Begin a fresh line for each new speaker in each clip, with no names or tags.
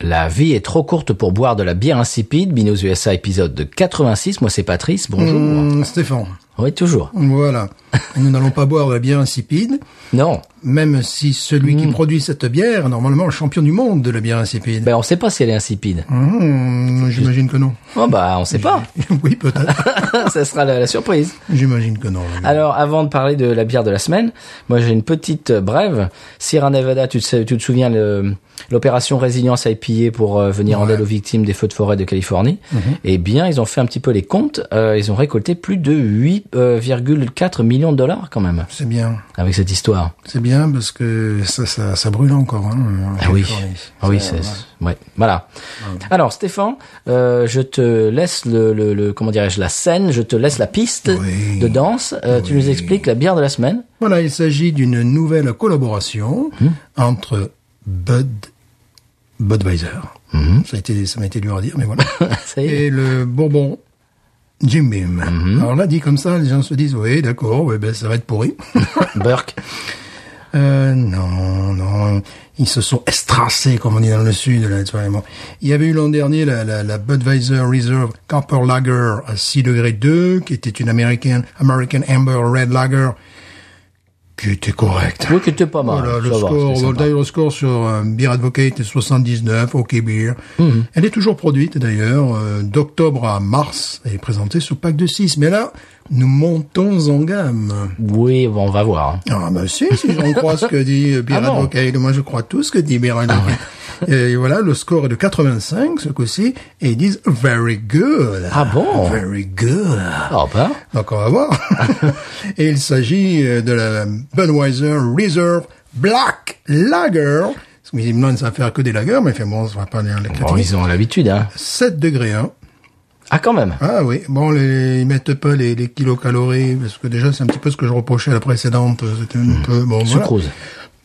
La vie est trop courte pour boire de la bière insipide. Binous USA épisode de 86. Moi c'est Patrice. Bonjour.
Hum, Stéphane,
Oui toujours.
voilà. Nous n'allons pas boire de la bière insipide,
Non.
même si celui
Hum.
qui produit cette bière est normalement le champion du monde de la bière insipide.
Ben on sait pas si elle est insipide.
Hum, J'imagine que non.
Oh bah on sait pas.
oui, peut-être.
Ça sera la- la surprise.
J'imagine que non.
Alors, avant de parler de la bière de la semaine, moi j'ai une petite euh, brève. Sierra Nevada, tu te, sais- tu te souviens le- l'opération Résilience IPA pour euh, venir en
Ouais.
aide aux victimes des feux de forêt de Californie Eh bien, ils ont fait un petit peu les comptes. Euh, ils ont récolté plus de 8,4 millions de dollars quand même
C'est bien.
avec cette histoire.
C'est bien parce que ça, ça, ça brûle encore. Hein, en
Ah oui,
Californie.
ah oui,
Ça,
c'est
voilà.
ouais. Voilà. Alors Stéphane, euh, je te laisse le, le- le- comment dirais-je la scène, je te laisse la piste
Oui.
de danse. Euh, Tu nous expliques la bière de la semaine.
Voilà, il s'agit d'une nouvelle collaboration
Hmm.
entre Bud, Budweiser. Ça a été, ça m'a été dur à dire, mais voilà.
Hmm. Ça y est. Hmm.
et le bourbon Jim Beam. Alors là, dit comme ça, les gens se disent, oui, d'accord, ouais, ben, ça va être pourri.
Burke.
Euh, non, non. Ils se sont estrassés, comme on dit dans le sud. Là, tu vois, bon. Il y avait eu l'an dernier la, la, la Budweiser Reserve Camper Lager à 6 degrés 2, qui était une américaine, American Amber Red Lager, qui était correcte.
Oui, qui était pas mal.
Voilà, Oh
ça
le
va, c'était
score,
sympa.
d'ailleurs, le score sur euh, Beer Advocate est 79, OK Beer.
Mhm.
Elle est toujours produite, d'ailleurs, euh, d'octobre à mars, et présentée sous pack de 6. Mais là, nous montons en gamme.
Oui, bon, on va voir. hein.
Ah bah si, si on croit ce que dit euh, Beer
Ah non. Ah
Advocate, moi je crois tout ce que dit Beer Advocate. Et voilà, le score est de 85 ce coup-ci, et ils disent very good.
Ah bon
Very good.
Ah ben,
Donc on va voir. et il s'agit euh, de la Budweiser Reserve Black Lager. Parce que visiblement, ils ne savent faire que des lagers, mais fait bon, ça va pas dire les
bon, ils ont l'habitude, hein.
7 degrés 1.
Ah, quand même.
Ah oui, bon, les, ils mettent pas les, les kilocalories, parce que déjà, c'est un petit peu ce que je reprochais à la précédente. C'était un peu... Bon, voilà
Sucrose.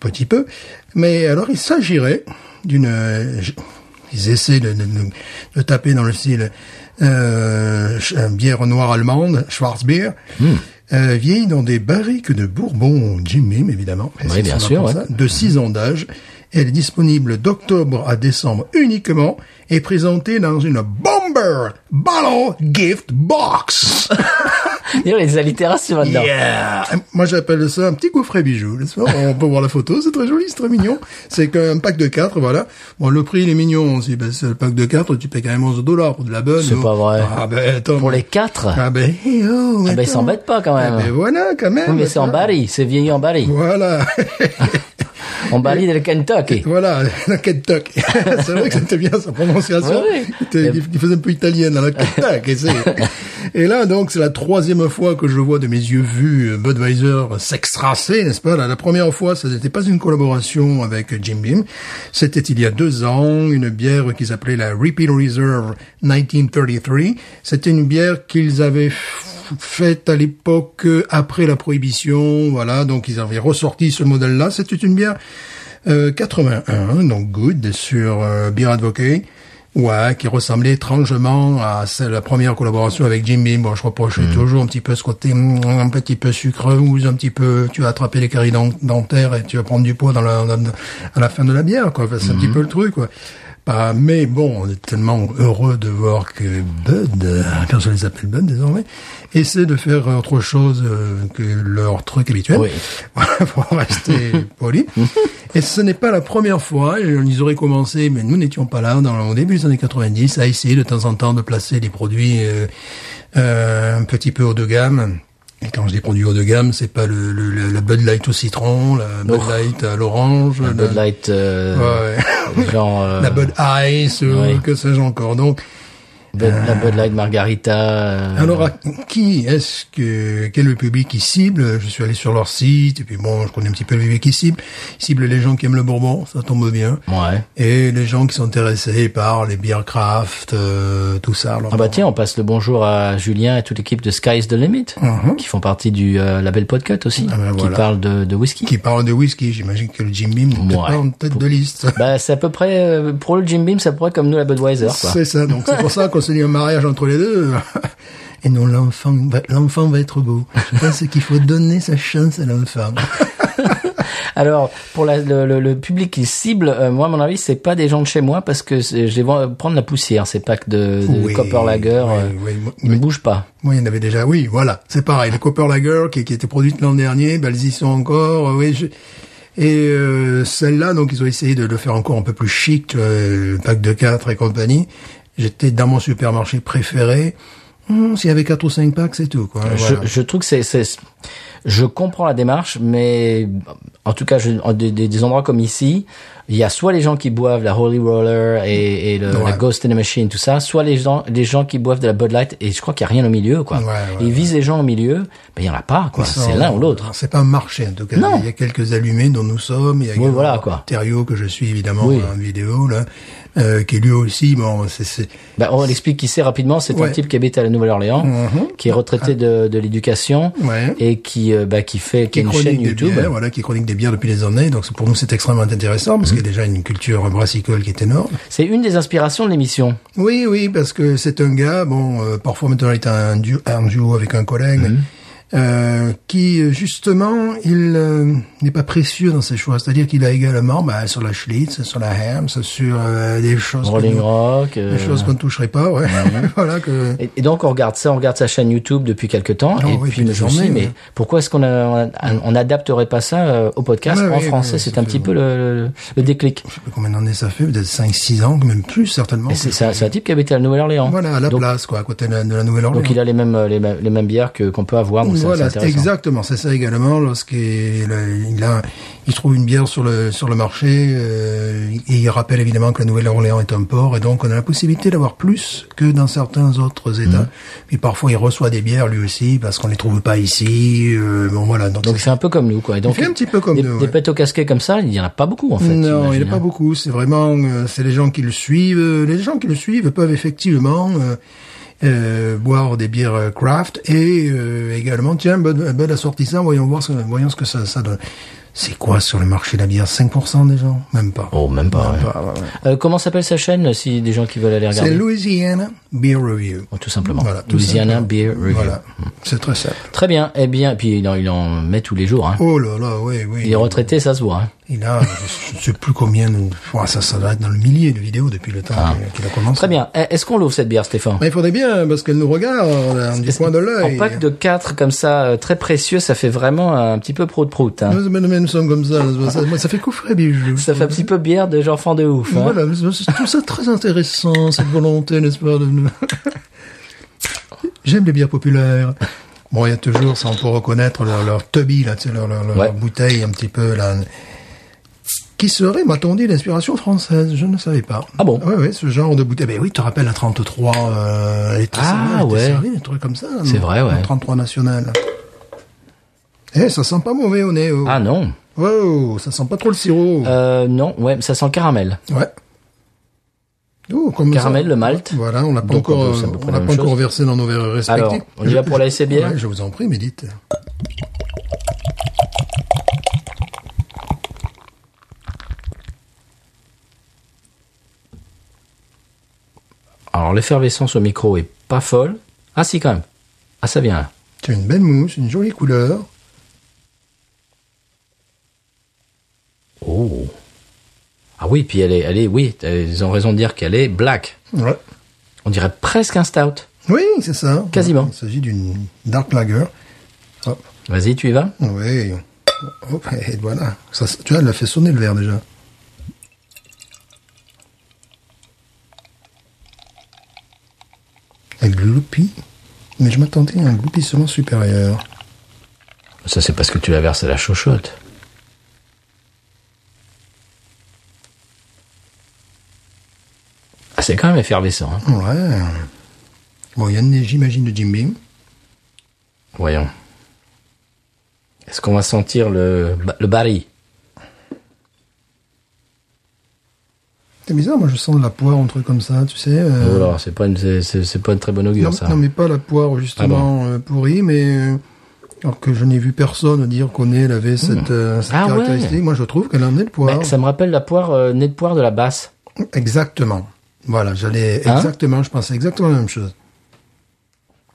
petit peu. Mais alors, il s'agirait d'une... euh, je- Ils essaient de, de- de- de taper dans le style euh, ch- euh, bière noire allemande, Schwarzbier, euh, vieillie dans des barriques de Bourbon, Jim Beam, évidemment.
Oui,
Ça, ça
bien
va
sûr, ouais.
comme ça, De 6 ans d'âge. Elle est disponible d'octobre à décembre uniquement et présentée dans une Bomber Bottle Gift Box.
Il y a les allitérations là-dedans.
Yeah. Moi, j'appelle ça un petit coffret bijou. n'est-ce pas On peut voir la photo, c'est très joli, c'est très mignon. C'est un pack de 4, voilà. Bon, le prix, il est mignon aussi. Ben, c'est le pack de 4, tu payes quand même 11 dollars pour de la bonne.
C'est
Oh.
pas vrai.
Ah ben, attends.
Pour les quatre.
Ah ben, eh oh,
Ah ben, ils
attends.
s'embêtent pas, quand même.
Ah ben, voilà, quand même.
Oui, mais c'est en Bari, c'est vieilli en Bari.
Voilà.
En Bari del Kentucky.
voilà, la Kentuck. c'est vrai que c'était bien sa prononciation.
Oui, oui.
C'était- Il, il faisait un peu italienne à la Kentuck. et, c'est- et là, donc, c'est la troisième fois que je vois de mes yeux vus euh, Budweiser s'extracer, n'est-ce pas la, la première fois, ça n'était pas une collaboration avec Jim Beam. C'était il y a deux ans, une bière qui s'appelait la Repeat Reserve 1933. C'était une bière qu'ils avaient f- faite à l'époque euh, après la prohibition, voilà, donc ils avaient ressorti ce modèle-là. C'était une bière euh, 81, donc Good sur euh, Beer Advocate. Ouais, qui ressemblait étrangement à celle, la première collaboration avec Jimmy. Bon, je reprochais toujours un petit peu ce côté, mm, un petit peu sucreuse, un petit peu, tu vas attraper les caries dent- dentaires et tu vas prendre du poids dans la, dans- à la fin de la bière, quoi. Enfin, c'est un petit peu le truc, quoi. Bah, mais bon, on est tellement heureux de voir que Bud, euh, personne les appelle Bud désormais, essaie de faire autre chose euh, que leur truc habituel.
Oui.
Voilà, pour rester poli. Et ce n'est pas la première fois. Ils auraient commencé, mais nous n'étions pas là, dans, au début des années 90, à essayer de temps en temps de placer des produits euh, euh, un petit peu haut de gamme. Et quand je dis produits haut de gamme, c'est pas le, le- le- la Bud Light au citron, la Bud
Oh.
Light à l'orange, la,
Bud Light, euh,
Ouais.
genre, euh,
la Bud Ice, ou
Ouais.
que sais-je encore. Donc,
Bud- la Bud Light Margarita. euh,
Alors, à qui est-ce que, quel est le public qui cible Je suis allé sur leur site, et puis bon, je connais un petit peu le public qui cible. Ils ciblent les gens qui aiment le bourbon, ça tombe bien.
Ouais.
Et les gens qui sont intéressés par les bières craft, euh, tout ça. Alors,
Ah bah tiens, on passe le bonjour à Julien et toute l'équipe de Sky's the Limit,
Mhm.
qui font partie du euh, label Podcut aussi,
Ah bah
qui
voilà.
parle de, de whisky.
qui parle de whisky, j'imagine que le Jim Beam n'est
Ouais.
pas en tête de liste.
Bah c'est à peu près, euh, pour le Jim Beam, ça pourrait être comme nous la Budweiser, quoi.
C'est ça, donc c'est pour ça qu'on se dit un mariage entre les deux. Et non, l'enfant va, l'enfant va être beau. Je pense qu'il faut donner sa chance à l'enfant.
Alors, pour la- le, le- le public qui cible, euh, moi, à mon avis, c'est pas des gens de chez moi parce que c'est- je les vois prendre la poussière, ces packs de, de
Oui,
Copper Lager.
oui,
euh,
oui, moi-
ils ne bougent pas.
Moi, il y en avait déjà. Oui, voilà, c'est pareil. Les Copper Lager qui, qui était produite l'an dernier, ben, elles y sont encore. euh, Oui, je- Et euh, celle-là, donc ils ont essayé de le faire encore un peu plus chic, tu vois, euh, le pack de 4 et compagnie. J'étais dans mon supermarché préféré. Hmm, S'il y avait quatre ou cinq packs, c'est tout. Quoi. Bah, Voilà.
Je, je trouve que c'est, c'est- je comprends la démarche, mais en tout cas, je, en des, des- des endroits comme ici, il y a soit les gens qui boivent la Holy Roller et, et le-
Ouais.
la Ghost in the Machine, tout ça, soit les gens, les gens qui boivent de la Bud Light, et je crois qu'il n'y a rien au milieu, quoi.
Ouais, ouais,
Et ils visent les gens au milieu, mais il n'y en a pas, quoi.
Ça,
C'est l'un ou l'autre.
C'est pas un marché, en tout cas.
Non.
Il y a quelques allumés dont nous sommes. Il y a
Oui,
Guillaume
voilà, quoi.
Thériault, que je suis évidemment
Oui.
en vidéo, là, euh, qui lui aussi, bon, c'est- c'est...
Ben, on l'explique qui c'est rapidement. C'est un
Ouais. Mhm.
type qui habite à la Nouvelle-Orléans, qui est retraité de, de l'éducation
Ouais.
et qui, euh, bah, qui fait qui
qui
a une
chronique
chaîne
des
YouTube.
bières, voilà, qui chronique des bières depuis des années. Donc c'est- pour nous c'est extrêmement intéressant parce qu'il y a déjà une culture brassicole qui est énorme.
C'est une des inspirations de l'émission.
Oui, oui, parce que c'est un gars, bon, euh, parfois maintenant il est un duo, un duo avec un collègue,
Mhm.
euh, qui euh, justement, il euh, n'est pas précieux dans ses choix. C'est-à-dire qu'il a également, bah, sur la Schlitz, sur la Herms, sur euh, des choses, que
Rolling
nous-
Rock.
des
euh,
choses qu'on ne toucherait pas, ouais. voilà que.
Et, et donc on regarde ça, on regarde sa chaîne YouTube depuis quelque temps.
Ah
et
oui,
puis je
depuis
me
des
suis dit,
années,
mais
ouais.
pourquoi est-ce qu'on a- on n'adapterait pas ça euh, au podcast
Ah oui,
en
oui,
français
oui,
C'est
c'est
un
fait.
petit peu le, le- le déclic.
Je sais pas combien d'années ça fait, peut-être 5-6 ans, même plus certainement.
Et c'est c'est un c'est un type qui habitait à la Nouvelle-Orléans.
Voilà, à la
donc,
place, quoi, à côté de la, de la Nouvelle-Orléans.
donc il a les mêmes, euh, les, mêmes- les mêmes bières que qu'on peut avoir. Donc c'est-
Voilà,
c'est intéressant.
exactement, c'est ça également. Lorsqu'il il a, il trouve une bière sur le sur le marché, euh, et il rappelle évidemment que la Nouvelle-Orléans est un port, et donc on a la possibilité d'avoir plus que dans certains autres États.
Mmh.
Puis parfois il reçoit des bières lui aussi parce qu'on les trouve pas ici. euh, bon voilà, donc,
Donc
c'est-
c'est un peu comme nous, quoi. Et donc
fait un petit peu comme
des,
nous,
des
ouais.
pets au casquet comme ça, il y en a pas beaucoup en fait.
non, il
j'imagine,
n'y en a
hein.
pas beaucoup. C'est vraiment, euh, c'est les gens qui le suivent. Euh, Les gens qui le suivent peuvent effectivement euh, euh, boire des bières euh, craft et euh, également, tiens, bon, bon assortissant, voyons voir, ce, voyons ce que ça, ça donne. C'est quoi sur le marché de la bière 5% des gens Même pas.
Oh, même pas. ouais. Euh, comment s'appelle sa chaîne si des gens qui veulent aller
C'est
regarder
Louisiana Beer Review.
Oh, Tout simplement.
Voilà, tout
Louisiana
simplement.
Beer Review.
Voilà, c'est très simple.
Très bien. Eh bien, puis il en, il en met tous les jours. Hein.
Oh là là, oui, oui.
Il est retraité, ça se voit. hein.
Il a, je ne sais plus combien, de fois, ça, ça doit être dans le millier de vidéos depuis le temps qu'il a commencé.
Ah. Très bien. Eh, Est-ce qu'on l'ouvre cette bière, Stéphane
Mais il faudrait bien, parce qu'elle nous regarde euh, du coin de l'œil.
En pack de 4 comme ça, euh, très précieux, ça fait vraiment un petit peu prout-prout. Hein.
Nous, nous, nous, nous sommes comme ça. là, ça, moi, ça fait coup frais, bijou.
Ça fait un petit peu bière de enfant de ouf. Hein.
Voilà, c'est- c'est tout ça très intéressant, cette volonté, n'est-ce pas de nous- J'aime les bières populaires. Bon, il y a toujours, ça on peut reconnaître, leur, leur tubby, là, tu sais, leur, leur, leur
Ouais.
bouteille un petit peu, là. Qui serait, m'a-t-on dit, d'inspiration française Je ne savais pas.
Ah bon
Ouais, ouais, ce genre de bouteille. Ben oui, tu te rappelles la 33, euh, elle était
Ah,
servée, elle était
ouais.
servée, des trucs comme ça.
C'est
non
vrai, ouais.
En 33 national. Eh, ça sent pas mauvais au nez. oh.
Ah non.
Wow, ça sent pas trop le sirop.
Euh, non, ouais, ça sent le caramel.
Ouais. Oh, comme
Caramel,
ça.
le malt.
Voilà, on l'a pas
Donc, on
encore,
peut- c'est à peu
euh,
près
on
la
l'a pas
même
encore
chose.
versé dans nos verres respectifs.
Alors, on y va
Je-
pour la
je-
SC bière
ouais, Je vous en prie, mais dites.
Alors l'effervescence au micro est pas folle. Ah si quand même. Ah ça vient. là.
C'est une belle mousse, une jolie couleur.
Oh. Ah oui, puis elle est, elle est, oui, euh, ils ont raison de dire qu'elle est black.
Ouais.
On dirait presque un stout.
Oui, c'est ça.
Quasiment.
Il s'agit d'une dark lager. Hop.
Vas-y, tu y vas
Oui. Hop, et voilà. Ça, tu vois, elle a fait sonner le verre déjà. Elle gloupie. Mais je m'attendais à un gloupissement supérieur.
Ça c'est parce que tu la verses à la chouchoute. Ah c'est quand même effervescent. hein.
Ouais. Bon, il y a une, j'imagine, de Jim Beam.
Voyons. Est-ce qu'on va sentir le, le baril
C'est bizarre, moi je sens de la poire, un truc comme ça, tu sais. euh,
Oh là, c'est pas une, c'est- c'est c'est pas une très bonne augure,
non,
ça. Ah
non, mais pas la poire justement euh, pourrie, mais euh, alors que je n'ai vu personne dire qu'on est, elle avait cette, euh, cette
Ah ouais.
caractéristique. Moi je trouve qu'elle en est de poire.
Mais Eh, ça me rappelle la poire, euh, nez de poire de la basse.
Exactement. Voilà, j'allais
Hein
exactement, je pensais exactement la même chose.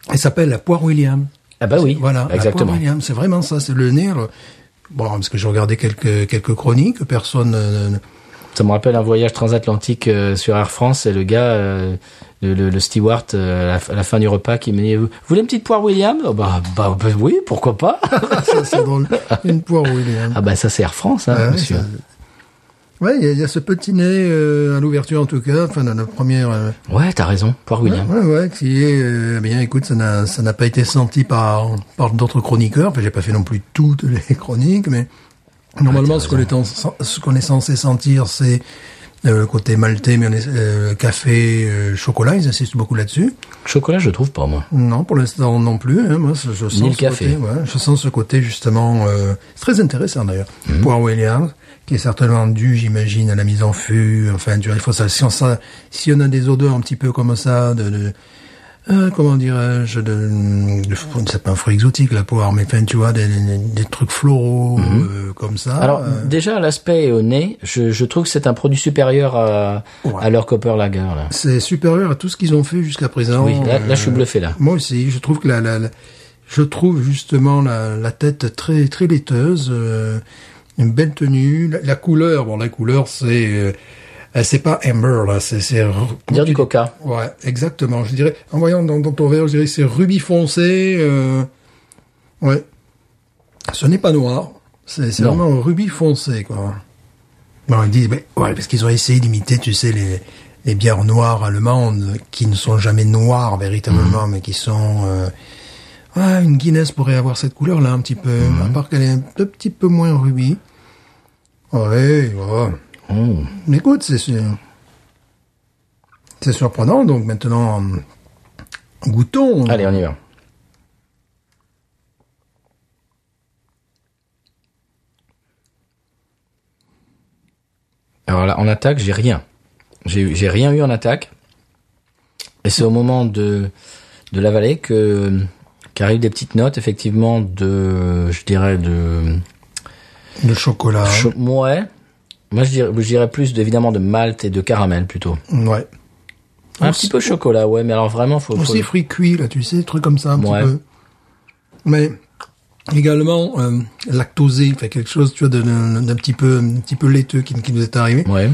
Elle s'appelle la poire William.
Ah bah oui,
Voilà, la
exactement.
poire William, c'est vraiment ça, c'est le nez. alors- Bon, parce que j'ai regardé quelques quelques chroniques, personne. euh, ne-
Ça me rappelle un voyage transatlantique euh, sur Air France et le gars, euh, le, le- le steward, euh, à, la, f- à la fin du repas, qui me dit Vous voulez une petite poire William Oh bah, bah, bah oui, pourquoi pas
Ah, ça, c'est drôle. Une poire William.
Ah bah ça, c'est Air France, hein,
Ah ouais,
monsieur.
ça- Ouais, il y, a- il y a ce petit nez euh, à l'ouverture en tout cas, enfin dans la première. euh,
Ouais, t'as raison, poire William.
Ouais, ouais, qui est euh, bien. Écoute, ça n'a ça n'a pas été senti par par d'autres chroniqueurs. Enfin, j'ai pas fait non plus toutes les chroniques, mais normalement,
Ah,
ce qu'on est en- ce qu'on est censé sentir, c'est euh, le côté maltais, mais on est, euh, café, euh, chocolat. Ils insistent beaucoup là-dessus.
Chocolat, je le trouve pas, moi.
Non, pour l'instant non plus. hein. Moi, je, je sens
le
ce
café.
Côté, ouais, je sens ce côté justement euh, c'est très intéressant d'ailleurs.
Mhm.
Pour Williams, qui est certainement dû, j'imagine, à la mise en fût. Enfin, tu vois, il faut ça. Si on, ça, si on a des odeurs un petit peu comme ça, de, de euh, comment dirais-je, de, de- c'est pas un fruit exotique la poire, mais enfin, tu vois, des, des- des trucs floraux euh, comme ça.
Mhm. Alors,
euh,
déjà, à l'aspect et au nez, je, je trouve que c'est un produit supérieur à,
Ouais.
à leur Copper Lager, là.
c'est supérieur à tout ce qu'ils ont fait jusqu'à présent.
Oui, là, là, je suis
Euh,
bluffé, là.
Moi aussi, je trouve que la, la- la- je trouve justement la, la tête très très laiteuse, euh, une belle tenue, la, la couleur. Bon, la couleur c'est euh, euh, c'est pas amber là, c'est c'est
Dire du coca.
Ouais, exactement. Je dirais en voyant dans, dans ton verre, je dirais que c'est rubis foncé. euh, ouais, ce n'est pas noir, c'est c'est
Non.
vraiment rubis foncé quoi. Bon, ils disent, ben, ouais, parce qu'ils ont essayé d'imiter, tu sais, les, les bières noires allemandes, qui ne sont jamais noires
Mhm.
véritablement, mais qui sont... euh, ouais, une Guinness pourrait avoir cette couleur-là un petit peu,
Mhm.
à part qu'elle est un tout petit peu moins rubis. Ouais, ouais.
Oh.
Mais Écoute, c'est sûr. C'est surprenant, donc maintenant, goûtons.
Allez, on y va. Alors là, en attaque, j'ai rien. J'ai eu- j'ai rien eu en attaque. Et c'est au moment de, de la vallée que qu'arrivent des petites notes, effectivement, de, je dirais, de,
Le chocolat.
cho- ouais. Moi, je dirais, je dirais plus, évidemment, de malt et de caramel, plutôt.
ouais.
Un
Aussi-
petit peu chocolat, ouais, mais alors vraiment, faut, faut-
Aussi fruits cuits, là, tu sais, des trucs comme ça, un
Ouais.
petit peu. Mais également euh, lactosé, enfin quelque chose, tu vois, de- de- d'un petit peu, un petit peu laiteux qui, qui nous est arrivé.
ouais.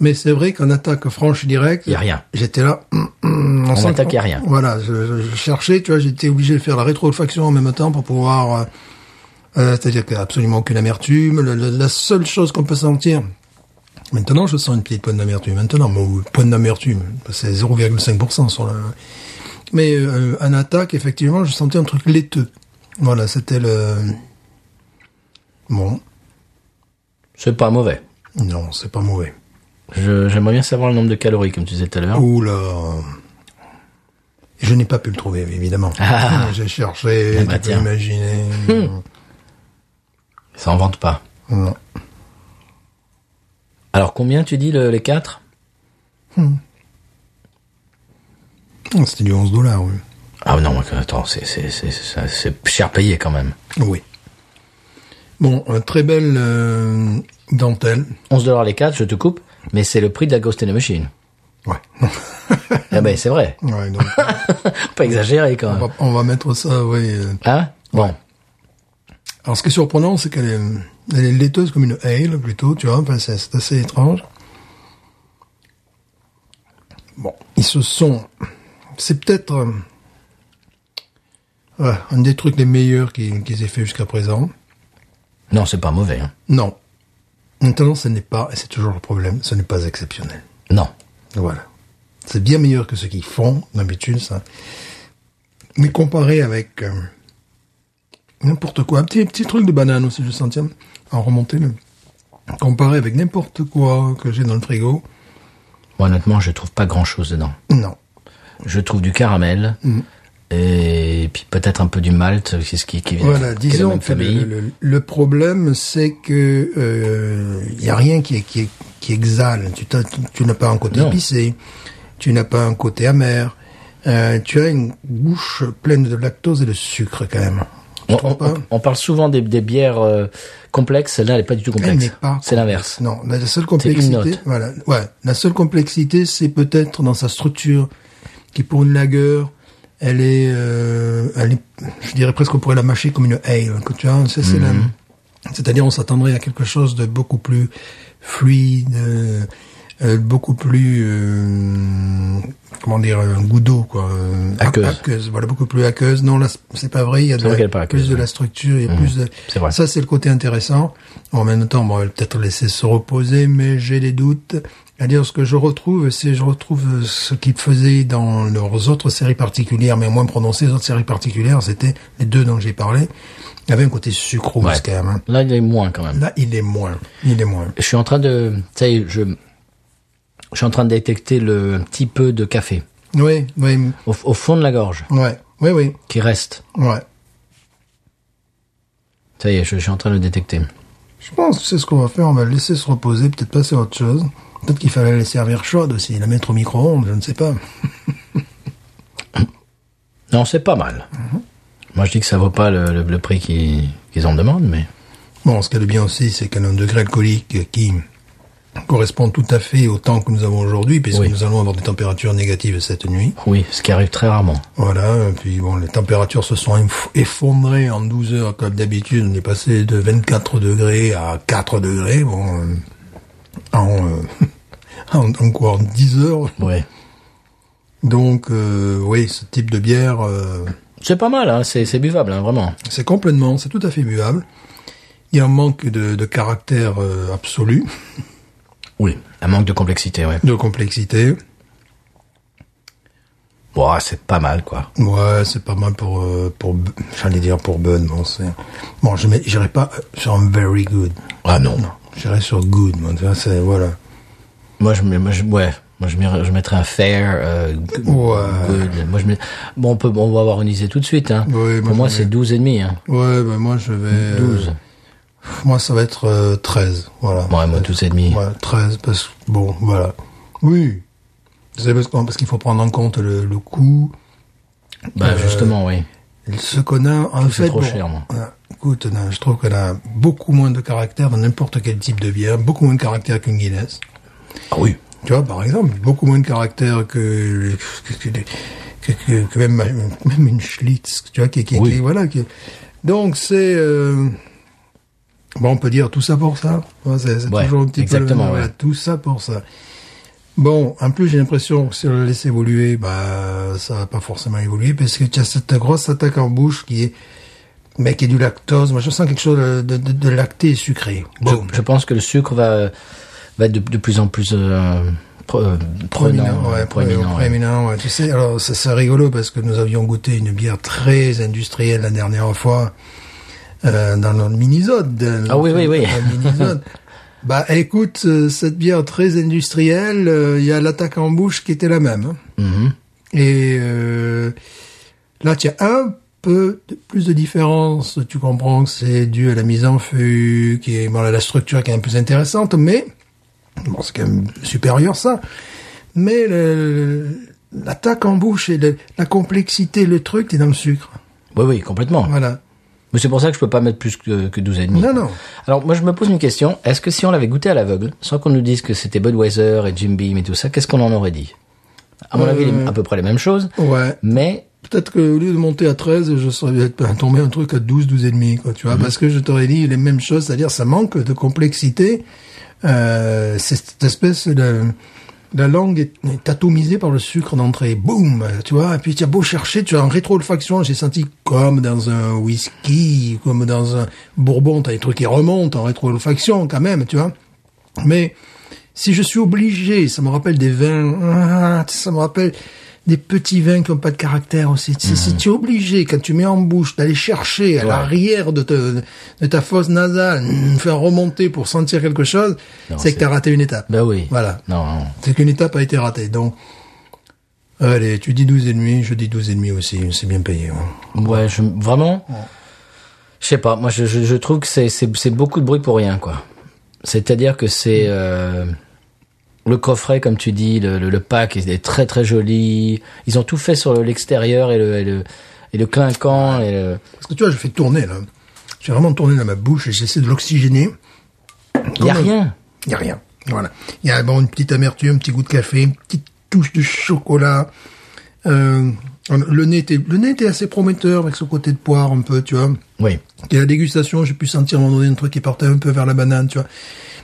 Mais c'est vrai qu'en attaque franche directe,
Y a rien.
J'étais là, hum, hum, on sent
attaque,
qu'on-
y a rien.
Voilà, je, je- je cherchais, tu vois, j'étais obligé de faire la rétrofaction en même temps pour pouvoir, euh, euh, c'est-à-dire qu'il n'y a absolument aucune amertume. Le- le- la seule chose qu'on peut sentir. Maintenant, je sens une petite pointe d'amertume. Maintenant, bon, pointe d'amertume, c'est 0,5% sur le. Mais euh, en attaque, effectivement, je sentais un truc laiteux. Voilà, c'était le. Bon,
C'est pas mauvais.
non, c'est pas mauvais.
Je- J'aimerais bien savoir le nombre de calories, comme tu disais tout à l'heure.
Oula Je n'ai pas pu le trouver, évidemment. J'ai cherché,
Ah
tu
bah
peux
tiens. Hmm.
imaginer.
Ça en vante pas.
Non.
Alors combien tu dis le- les 4
Oh, C'était du 11 dollars, oui.
Ah non, attends, c'est c'est- c'est- c'est- c'est cher payé quand même.
Oui. Bon, euh, très belle euh, dentelle.
11 dollars les 4, je te coupe, mais c'est le prix de la Ghost in the Machine.
Ouais.
Ah ben c'est vrai,
ouais donc,
Faut pas exagérer quand
on,
même.
va, on va mettre ça, oui. euh.
Hein Bon,
Alors, ce qui est surprenant, c'est qu'elle est, elle est laiteuse comme une ale, plutôt, tu vois. Enfin, c'est c'est assez étrange. Bon, ils se sont... C'est peut-être euh, ouais, un des trucs les meilleurs qu'ils qu'ils aient fait jusqu'à présent.
non, c'est pas mauvais. hein.
Non. Maintenant, ce n'est pas, et c'est toujours le problème, ce n'est pas exceptionnel.
Non.
Voilà. C'est bien meilleur que ce qu'ils font, d'habitude, ça. Mais comparé avec euh, n'importe quoi, un petit, petit truc de banane aussi, je sentais, en remontée, mais comparé avec n'importe quoi que j'ai dans le frigo,
Moi, honnêtement, je trouve pas grand chose dedans.
non.
je trouve du caramel. Et puis peut-être un peu du malt, c'est ce qui, qui vient qui
Voilà,
est de la
disons
même
que
famille.
le, le- le problème, c'est que euh, y a rien qui, est- qui, est- qui exhale. Tu, t'as- tu- tu n'as pas un côté
Non.
épicé, tu n'as pas un côté amer. Euh, tu as une bouche pleine de lactose et de sucre quand même. Tu
On,
trouves
on-
pas
on parle souvent des, des bières euh, complexes, celle-là elle n'est pas du tout
Elle n'est
complexe.
pas
C'est l'inverse.
Non, la la seule
C'est une
complexité,
note.
voilà, ouais, la seule complexité, c'est peut-être dans sa structure, qui pour une lagueur, elle est, euh, elle est, je dirais presque on pourrait la mâcher comme une ale, que tu vois, c'est c'est la-
Mhm.
c'est-à-dire on s'attendrait à quelque chose de beaucoup plus fluide, euh, euh, beaucoup plus, euh, comment dire, un goût d'eau, quoi, euh,
Aqueuse.
voilà, beaucoup plus aqueuse. Non, là, c'est pas vrai, il y a de
vrai
la-
qu'elle est pas aqueuse,
plus de
ouais. Mhm.
la structure, il y a plus de,
C'est vrai.
ça, c'est le côté intéressant. En même temps, bon, on va peut-être laisser se reposer, mais j'ai des doutes. C'est-à-dire, ce que je retrouve, c'est je retrouve ce qu'ils faisaient dans leurs autres séries particulières, mais moins prononcées. Les autres séries particulières, c'était les deux dont j'ai parlé. Il y avait un côté sucrose,
Ouais.
quand même. hein.
Là, il est moins quand même.
Là, il est moins. Il est moins.
Je suis en train de, ça y est, je, je suis en train de détecter le petit peu de café
Oui, oui,
au, au fond de la gorge
ouais, oui, oui,
qui reste.
ouais.
Ça y est, je, je suis en train de le détecter.
Je pense que c'est ce qu'on va faire. On va le laisser se reposer, peut-être passer à autre chose. Peut-être qu'il fallait les servir chaude aussi, la mettre au micro-ondes, je ne sais pas.
Non, c'est pas mal. Moi, je dis que ça vaut pas le, le- le prix qu'ils qu'ils en demandent, mais
Bon, ce qu'il y a de bien aussi, c'est qu'elle a un degré alcoolique qui correspond tout à fait au temps que nous avons aujourd'hui, puisque
Oui.
nous allons avoir des températures négatives cette nuit.
oui, ce qui arrive très rarement.
Voilà, et puis bon, les températures se sont enf- effondrées en 12 heures, comme d'habitude, on est passé de 24 degrés à 4 degrés, bon, euh, en, euh, en, en quoi, en 10 heures.
Ouais.
Donc, euh, oui, ce type de bière, euh,
C'est pas mal, hein, c'est c'est buvable, hein, vraiment.
c'est complètement, c'est tout à fait buvable. Il y a un manque de, de caractère euh, absolu.
Oui. Un manque de complexité, ouais.
de complexité.
Ouah, c'est pas mal, quoi.
Ouais, c'est pas mal pour euh, pour b- j'allais dire pour bonne bon c'est bon je mets- j'irai pas euh, sur un very good
Ah non.
j'irai sur good moi tu vois, c'est voilà
Moi, je, mets- moi, je, ouais. Moi, je, mets- je mettrais un fair, euh, g-
Ouais.
good. Moi, je mets- bon, on peut, bon, on va avoir une idée tout de suite, hein.
Ouais, moi,
Pour moi,
je
c'est
mets-
12 et demi, hein.
ouais bah, moi je vais euh,
12.
moi ça va être euh, 13 voilà
Ouais, moi, 12 et demi.
Ouais, 13 parce que bon voilà oui c'est parce qu'on- parce qu'il faut prendre en compte le, le coût
Bah,
Euh,
justement, oui.
ce qu'on a en
C'est
fait
trop
bon,
cher, moi.
euh, écoute non, je trouve qu'elle a beaucoup moins de caractère dans n'importe quel type de bière beaucoup moins de caractère qu'une Guinness
Ah oui.
Tu vois, par exemple, beaucoup moins de caractère que, que, que- que- que- que même, même une Schlitz, tu vois, qui, qui,
Oui.
qui- voilà. qui- donc c'est euh, bon, on peut dire tout ça pour ça. Ouais, c'est c'est
Ouais,
toujours un petit
exactement,
peu le même,
ouais.
voilà, tout ça pour ça. Bon, en plus j'ai l'impression que si on le laisse évoluer, bah ça va pas forcément évoluer parce que tu as cette grosse attaque en bouche qui est mais qui est du lactose. Moi, je sens quelque chose de, de, de- de lacté et sucré.
Je,
Boum.
je pense que le sucre va, va être de, de plus en plus euh, pre- euh, prenant.
Proéminent, ouais,
euh, proéminent, ouais.
proéminent, ouais. Tu sais, alors ça- c'est rigolo parce que nous avions goûté une bière très industrielle la dernière fois euh, dans notre minisode.
Ah oui, oui, oui.
Dans le minisode. bah écoute, euh, cette bière très industrielle, euh, il y a l'attaque en bouche qui était la même. hein.
Mhm.
Et euh, là, tu as un peu de- plus de différence. Tu comprends que c'est dû à la mise en feu, qui est bon, la structure qui est un peu plus intéressante, mais bon, c'est quand même supérieur ça. Mais le- l'attaque en bouche et le- la complexité, le truc, t'es dans le sucre.
Oui, oui, complètement.
Voilà.
Mais c'est pour ça que je peux pas mettre plus que, que 12 et demi.
Non, non.
Alors, moi, je me pose une question. Est-ce que si on l'avait goûté à l'aveugle, sans qu'on nous dise que c'était Budweiser et Jim Beam et tout ça, qu'est-ce qu'on en aurait dit? À mon avis,
Euh.
les- à peu près les mêmes choses.
Ouais.
Mais,
Peut-être que au lieu de monter à 13, je serais peut-être tombé un truc à 12, 12 et demi, quoi, tu vois, parce que je t'aurais dit les mêmes choses, c'est-à-dire ça manque de complexité. Euh, c'est cette espèce de la langue est, est atomisée par le sucre d'entrée. Boum, tu vois. Et puis tu as beau chercher, tu as en rétro-olfaction, j'ai senti comme dans un whisky, comme dans un bourbon, t'as des trucs qui remontent en rétro-olfaction quand même, tu vois. Mais si je suis obligé, ça me rappelle des vins, ah, ça me rappelle des petits vins qui n'ont pas de caractère aussi. Si,
Mhm.
si tu es obligé, quand tu mets en bouche, d'aller chercher à l'arrière de, te- de ta fosse nasale, mm, faire remonter pour sentir quelque chose,
Non, c'est-
c'est
Ben
que tu as raté une étape.
bah oui.
Voilà.
Non, non.
C'est qu'une étape a été ratée. Donc, Allez, tu dis 12 et demi, je dis 12 et demi aussi, c'est bien payé. hein. ouais.
Ouais, je, vraiment. Je sais pas. Moi, je, je, je trouve que c'est, c'est, c'est beaucoup de bruit pour rien, quoi. C'est-à-dire que c'est euh, le coffret, comme tu dis, le, le, le pack il est très très joli. Ils ont tout fait sur le- l'extérieur et le, et le et le clinquant et le...
Parce que tu vois, je fais tourner là. J'ai vraiment tourné dans ma bouche et j'essaie de l'oxygéner.
y a rien.
Il n'y a rien. Voilà. Il y a bon, une petite amertume, un petit goût de café, une petite touche de chocolat. Euh, le, nez était, le nez était assez prometteur avec ce côté de poire un peu, tu vois.
Oui.
Et la dégustation, j'ai pu sentir à un moment donné un truc qui partait un peu vers la banane, tu vois.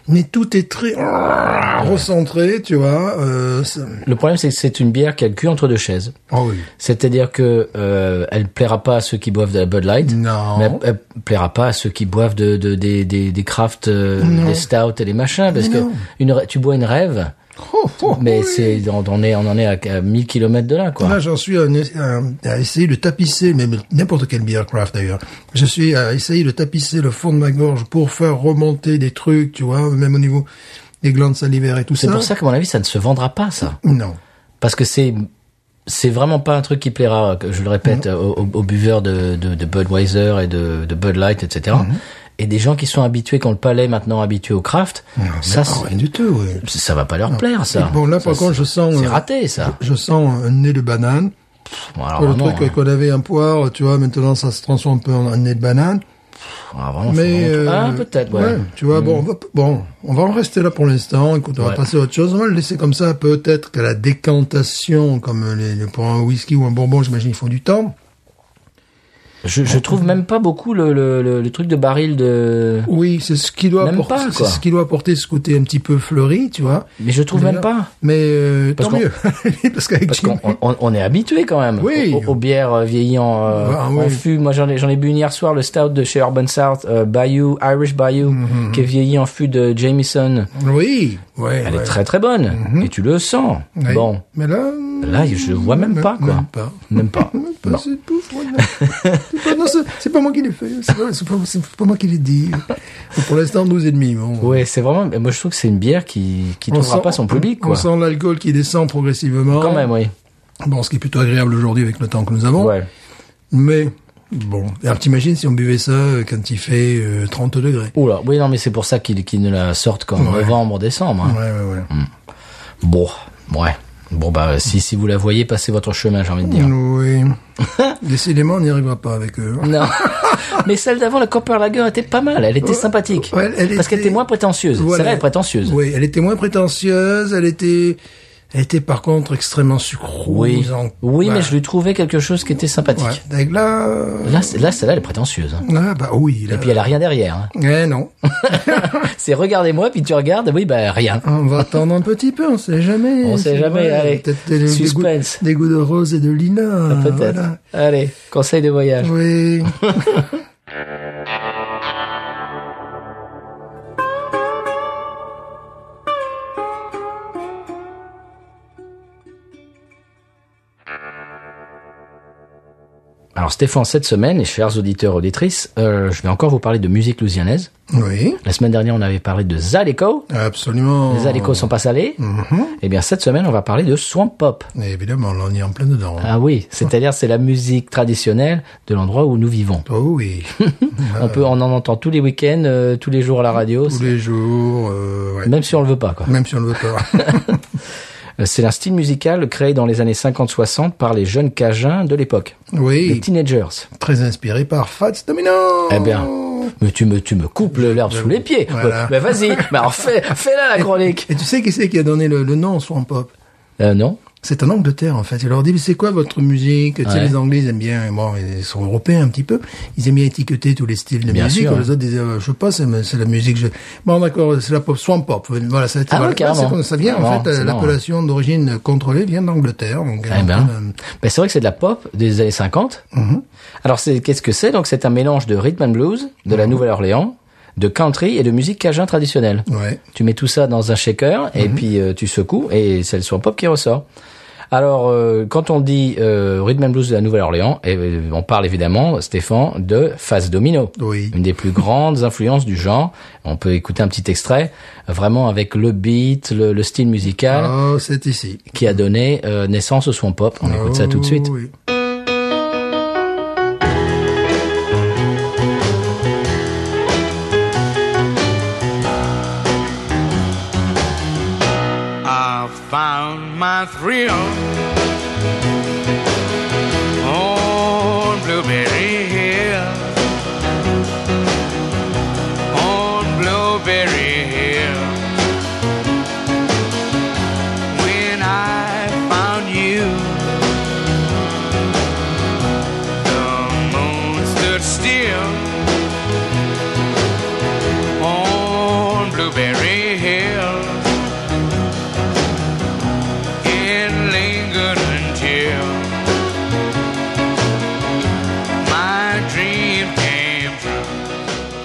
Mais tout est très Ah. recentré, tu vois. Euh, ça-
Le problème, c'est que c'est une bière qui a le cul entre deux chaises.
Ah oui.
C'est-à-dire que euh, elle plaira pas à ceux qui boivent de la Bud Light.
Non.
Mais elle, elle plaira pas à ceux qui boivent de, de- des des des craft, euh, des stouts et des machins, parce que une ra- tu bois une rêve,
Oh, oh,
mais
oui.
c'est on, on est on en est à, à 1000 km de là, quoi.
Là, j'en suis à, à- à essayer de tapisser, mais n'importe quelle bière craft d'ailleurs. Je suis à essayer de tapisser le fond de ma gorge pour faire remonter des trucs, tu vois, même au niveau des glandes salivaires et tout ça.
C'est pour ça qu'à mon avis, ça ne se vendra pas, ça.
Non.
Parce que c'est, c'est vraiment pas un truc qui plaira, que je le répète, aux, aux- aux buveurs de, de, de Budweiser et de, de Bud Light, etc.
Mhm.
Et des gens qui sont habitués, qui ont le palais maintenant habitué au craft, ça,
Ah, Mais pas rien du tout, oui.
c'est- ça va pas leur plaire, ça.
Bon, là, par
Ça,
contre,
c'est-
je sens,
C'est
euh,
raté, ça.
Je sens un nez de banane.
Bon, alors,
le
vraiment,
truc
hein.
qu'on avait en poire, tu vois, maintenant ça se transforme un peu en un nez de banane.
Ah, vraiment, c'est
Mais
vraiment-
euh,
Ah, peut-être, ouais.
tu vois, bon, on va, bon, on va en rester là pour l'instant. Écoute, on va
Ouais.
passer à autre chose. On va le laisser comme ça. Peut-être que la décantation, comme les, les- pour un whisky ou un bourbon, j'imagine, il faut du temps.
Je, je trouve même pas beaucoup le, le, le, le truc de baril de.
Oui, c'est ce qui doit
Même
apporter,
pas,
c'est
quoi.
ce qui doit apporter ce côté un petit peu fleuri, tu vois.
Mais je trouve
Mais
même
là-
pas.
Mais euh,
Parce
tant
qu'on-
mieux, parce qu'avec
Parce
Jimmy-
qu'on on, on est habitué quand même
Oui.
aux, aux bières euh, vieillies en, euh,
Ah,
en
oui.
fût. Moi j'en ai, j'en ai bu une hier soir le stout de chez Urban South, euh, Bayou, Irish Bayou,
Mhm,
qui est vieilli en fût de Jameson.
oui, ouais,
Elle
ouais. Mhm.
est très très bonne et tu le sens.
Oui.
Bon,
mais là,
là je vois même pas quoi.
Même pas.
Même pas.
Même
Non.
pas, c'est pouf, ouais, non. C'est pas, non, c'est- c'est pas moi qui l'ai fait, c'est pas, c'est pas, c'est pas moi qui l'ai dit. Pour l'instant, 12,5. Bon,
Ouais, c'est vraiment. Moi je trouve que c'est une bière qui qui
On
trouvera
sent-
pas son public
On
quoi.
sent l'alcool qui descend progressivement.
Quand même oui.
Bon, ce qui est plutôt agréable aujourd'hui avec le temps que nous avons.
Ouais.
Mais bon, alors t'imagines si on buvait ça euh, quand il fait euh, 30 degrés.
Oula. Oui non mais c'est pour ça qu'ils qu'ils ne la sortent qu'en
Ouais. Mm.
novembre décembre. hein.
Ouais, ouais, ouais.
Bon, ouais. Bon bah si si vous la voyez passez votre chemin j'ai envie de dire.
Mm. Oui. Décidément, on n'y arrivera pas avec eux. hein.
Non. Mais celle d'avant, la Copper Lager, était pas mal. Elle était sympathique.
Ouais, elle
Parce qu'elle était moins prétentieuse.
Voilà.
Celle-là est prétentieuse.
Oui, elle était moins prétentieuse. Elle était, elle était par contre extrêmement
Oui.
sucrose. en-
Oui,
Ouais.
mais je lui trouvais quelque chose qui était
Ouais.
sympathique.
Donc là, euh,
Là, c'est- là, celle-là, elle est prétentieuse. hein.
ah, bah oui. Là.
Et puis elle a rien derrière. hein.
Eh non.
C'est regardez-moi, puis tu regardes, oui, bah rien.
On va attendre un petit peu, on sait jamais.
On sait
C'est
jamais,
vrai,
allez.
Peut-être des, des goûts,
Suspense. Ah,
des goûts de rose et de lilas.
Peut-être.
Ah, voilà.
Allez, conseil de voyage.
Oui.
Alors Stéphane, cette semaine, et chers auditeurs, auditrices, euh, je vais encore vous parler de musique louisianaise.
Oui.
La semaine dernière, on avait parlé de Zaleco.
Absolument.
Les Zaleco sont pas salés.
Mm-hmm.
Eh bien, cette semaine, on va parler de Swamp Pop.
Et évidemment, là, on est en plein dedans.
Ah oui, c'est-à-dire c'est la musique traditionnelle de l'endroit où nous vivons.
Oh oui.
On peut on en entend tous les week-ends, euh, tous les jours à la radio,
Ah. Tous
c'est-
les jours, euh, ouais.
même si on le veut pas. Quoi.
Même si on le veut pas.
Euh, C'est un style musical créé dans les années 50-60 par les jeunes Cajuns de l'époque, les
oui.
teenagers.
Très inspiré par Fats Domino.
Eh bien. Mais tu me tu me coupes l'herbe sous les pieds.
Voilà.
Mais vas-y, mais alors fais fais la la chronique.
Et tu sais qui c'est qui a donné le, le nom au Swamp Pop?
Euh, non.
C'est en Angleterre, en fait. Il leur dit, mais c'est quoi votre musique Tu sais,
Ouais.
les Anglais, ils aiment bien, bon, ils sont européens un petit peu, ils aiment bien étiqueter tous les styles de
Bien
musique.
sûr,
les autres disaient, euh, je sais pas, c'est c'est la musique... Je... Bon, d'accord, c'est la pop swamp pop. Voilà, ça, a été-
Ah ouais,
voilà.
carrément.
c'est comme ça vient,
Carrément,
en fait,
c'est
euh, l'appellation d'origine contrôlée vient d'Angleterre. donc,
Eh
euh,
ben.
euh,
Ben, c'est vrai que c'est de la pop des années 50. Alors c'est qu'est-ce que c'est Donc c'est un mélange de rhythm and blues de la Nouvelle-Orléans, de country et de musique cajun traditionnelle.
Ouais.
euh, Tu mets tout ça dans un shaker et puis euh, tu secoues et c'est le swamp pop qui ressort. Alors, euh, quand on dit euh, rhythm and blues de la Nouvelle-Orléans, eh, euh, on parle évidemment, Stéphane, de Fast Domino.
Oui.
Une des plus grandes influences du genre. On peut écouter un petit extrait, vraiment avec le beat, le, le style musical,
Ah, c'est ici.
qui a donné euh, naissance au Swamp Pop. On écoute ça tout de suite.
Oh, oui.
I found my thrill on Blueberry Hill. On Blueberry Hill. When I found you, the moon stood still on Blueberry Hill. It lingered until my dream came true.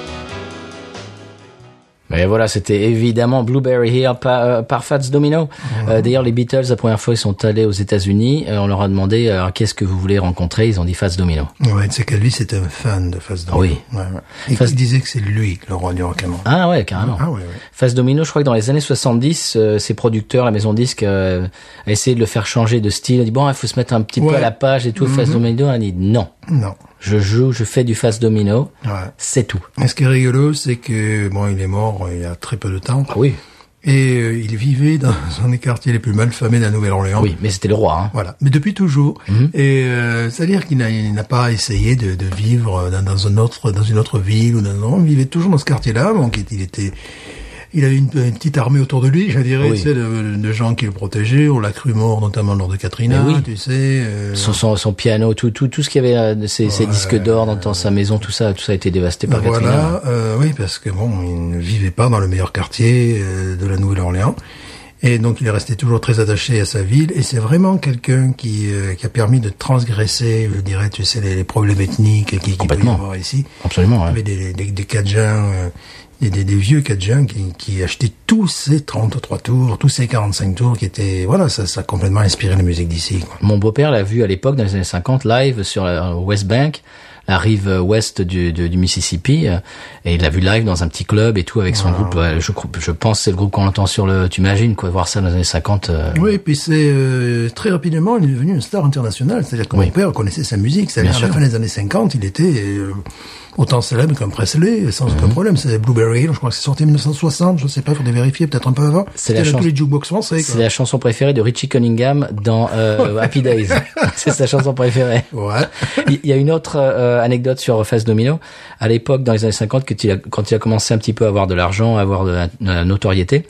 Et Ben voilà, c'était évidemment Blueberry Hill par, euh, par Fats Domino. Euh, D'ailleurs, les Beatles, la première fois, ils sont allés aux États-Unis. Euh, on leur a demandé euh, qu'est-ce que vous voulez rencontrer. Ils ont dit Fats Domino.
Ouais, tu sais qu'Elvis était un fan de Face Domino.
Oui.
Ouais, ouais. Et
Fast-
qu'il disait que c'est lui le roi du rock'n'roll.
Ah ouais, carrément.
Ah ouais, ouais.
Fats Domino, je crois que dans les années 70, euh, ses producteurs, la maison disque, euh, a essayé de le faire changer de style. A dit bon, il faut se mettre un petit peu
Ouais. Mhm.
à la page et tout. Fats Domino a dit non.
Non.
Je joue, je fais du Fats Domino.
Ouais.
C'est tout.
Et ce qui est rigolo, c'est que bon, il est mort euh, il y a très peu de temps.
Ah oui.
Et euh, il vivait dans un des quartiers les plus malfamés de la Nouvelle-Orléans.
Oui, Mhm. mais c'était le roi. Hein.
Voilà. Mais depuis toujours. Et euh, c'est-à-dire qu'il n'a- il n'a pas essayé de, de vivre euh, dans, dans un autre, dans une autre ville ou dans non, il vivait toujours dans ce quartier-là. Donc il, il était, il avait une, une petite armée autour de lui, je dirais,
Oui.
tu sais, de, de gens qui le protégeaient. On l'a cru mort, notamment lors de Katrina,
Mais oui.
tu sais. euh,
Son, son, son piano, tout, tout, tout ce qu'il y avait, euh, de ses, ses disques d'or dans, dans sa maison, tout ça, tout ça a été dévasté par Katrina.
Voilà, euh, oui, parce que bon, il ne vivait pas dans le meilleur quartier euh, de la Nouvelle-Orléans. Et donc il est resté toujours très attaché à sa ville. Et c'est vraiment quelqu'un qui, euh, qui a permis de transgresser, je dirais, tu sais, les, les problèmes ethniques qui- qui, peuvent y
Complètement.
avoir ici.
Absolument.
Il y
ouais.
avait des, des, des Cajuns, euh, des, des, des vieux Cajuns qui, qui achetaient tous ces 33 tours, tous ces 45 tours qui étaient... Voilà, ça, ça a complètement inspiré la musique d'ici. quoi.
Mon beau-père l'a vu à l'époque, dans les années 50, live sur la au West Bank, la rive euh, ouest du, du- du Mississippi, euh, et il l'a vu live dans un petit club et tout avec son groupe. euh, Je, cro- je pense que c'est le groupe qu'on entend sur le. Tu imagines quoi voir ça dans les années 50 euh,
Oui, et puis c'est euh, très rapidement, il est devenu une star internationale. C'est-à-dire que
Oui.
mon père connaissait sa musique.
Bien
C'est-à-dire à la
sûr.
fin des années 50, il était euh, autant célèbre qu'un Presley, sans
Mhm.
aucun problème. C'est Blueberry Hill, je crois que c'est sorti en 1960, je sais pas, faudrait vérifier, peut-être un peu avant.
C'est la
C'était dans
chance-
tous les jukebox français.
C'est
Quoi.
la chanson préférée de Richie Cunningham dans euh, Happy Days. c'est sa chanson préférée.
Ouais.
Il il y a une autre euh, anecdote sur Face Domino. À l'époque, dans les années 50, quand il a, quand il a commencé un petit peu à avoir de l'argent, à avoir de la, de la notoriété,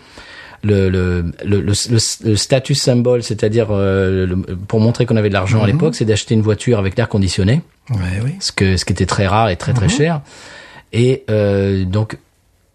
le, le, le, le, le- le status symbole, c'est-à-dire euh, le- pour montrer qu'on avait de l'argent à l'époque, c'est d'acheter une voiture avec l'air conditionné,
Ouais, oui.
ce, que, ce qui était très rare et très très cher. Et euh, donc,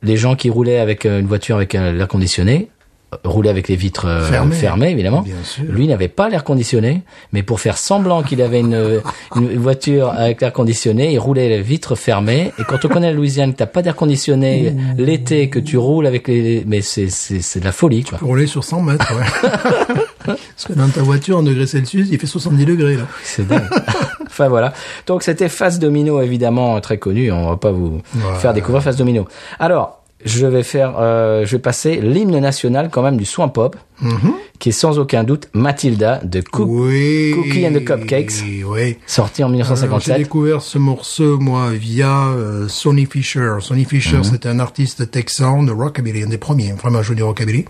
les gens qui roulaient avec euh, une voiture avec euh, l'air conditionné euh, roulaient avec les vitres euh,
Fermées.
fermées évidemment.
Bien sûr.
Lui n'avait pas l'air conditionné, mais pour faire semblant qu'il avait une, une voiture avec l'air conditionné, il roulait les vitres fermées. Et quand on connaît la Louisiane, que t'as pas d'air conditionné l'été, que tu roules avec les, mais c'est c'est c'est de la folie quoi.
Pour rouler sur 100 mètres, ouais. Parce que dans ta voiture, en degrés Celsius, il fait 70 degrés, là.
C'est dingue. enfin voilà. Donc c'était Face Domino évidemment très connu. On va pas vous
Ouais.
faire découvrir Face Domino. Alors je vais faire, euh, je vais passer l'hymne national quand même du Swamp Pop,
Mhm.
qui est sans aucun doute Matilda de Cook,
oui.
Cookie and the Cupcakes.
Oui.
sorti en
Alors, Ah, J'ai
1957.
découvert ce morceau, moi, via euh, Sonny Fisher. Sonny Fisher, c'était un artiste texan de rockabilly, un des premiers, hein, vraiment à jouer du rockabilly,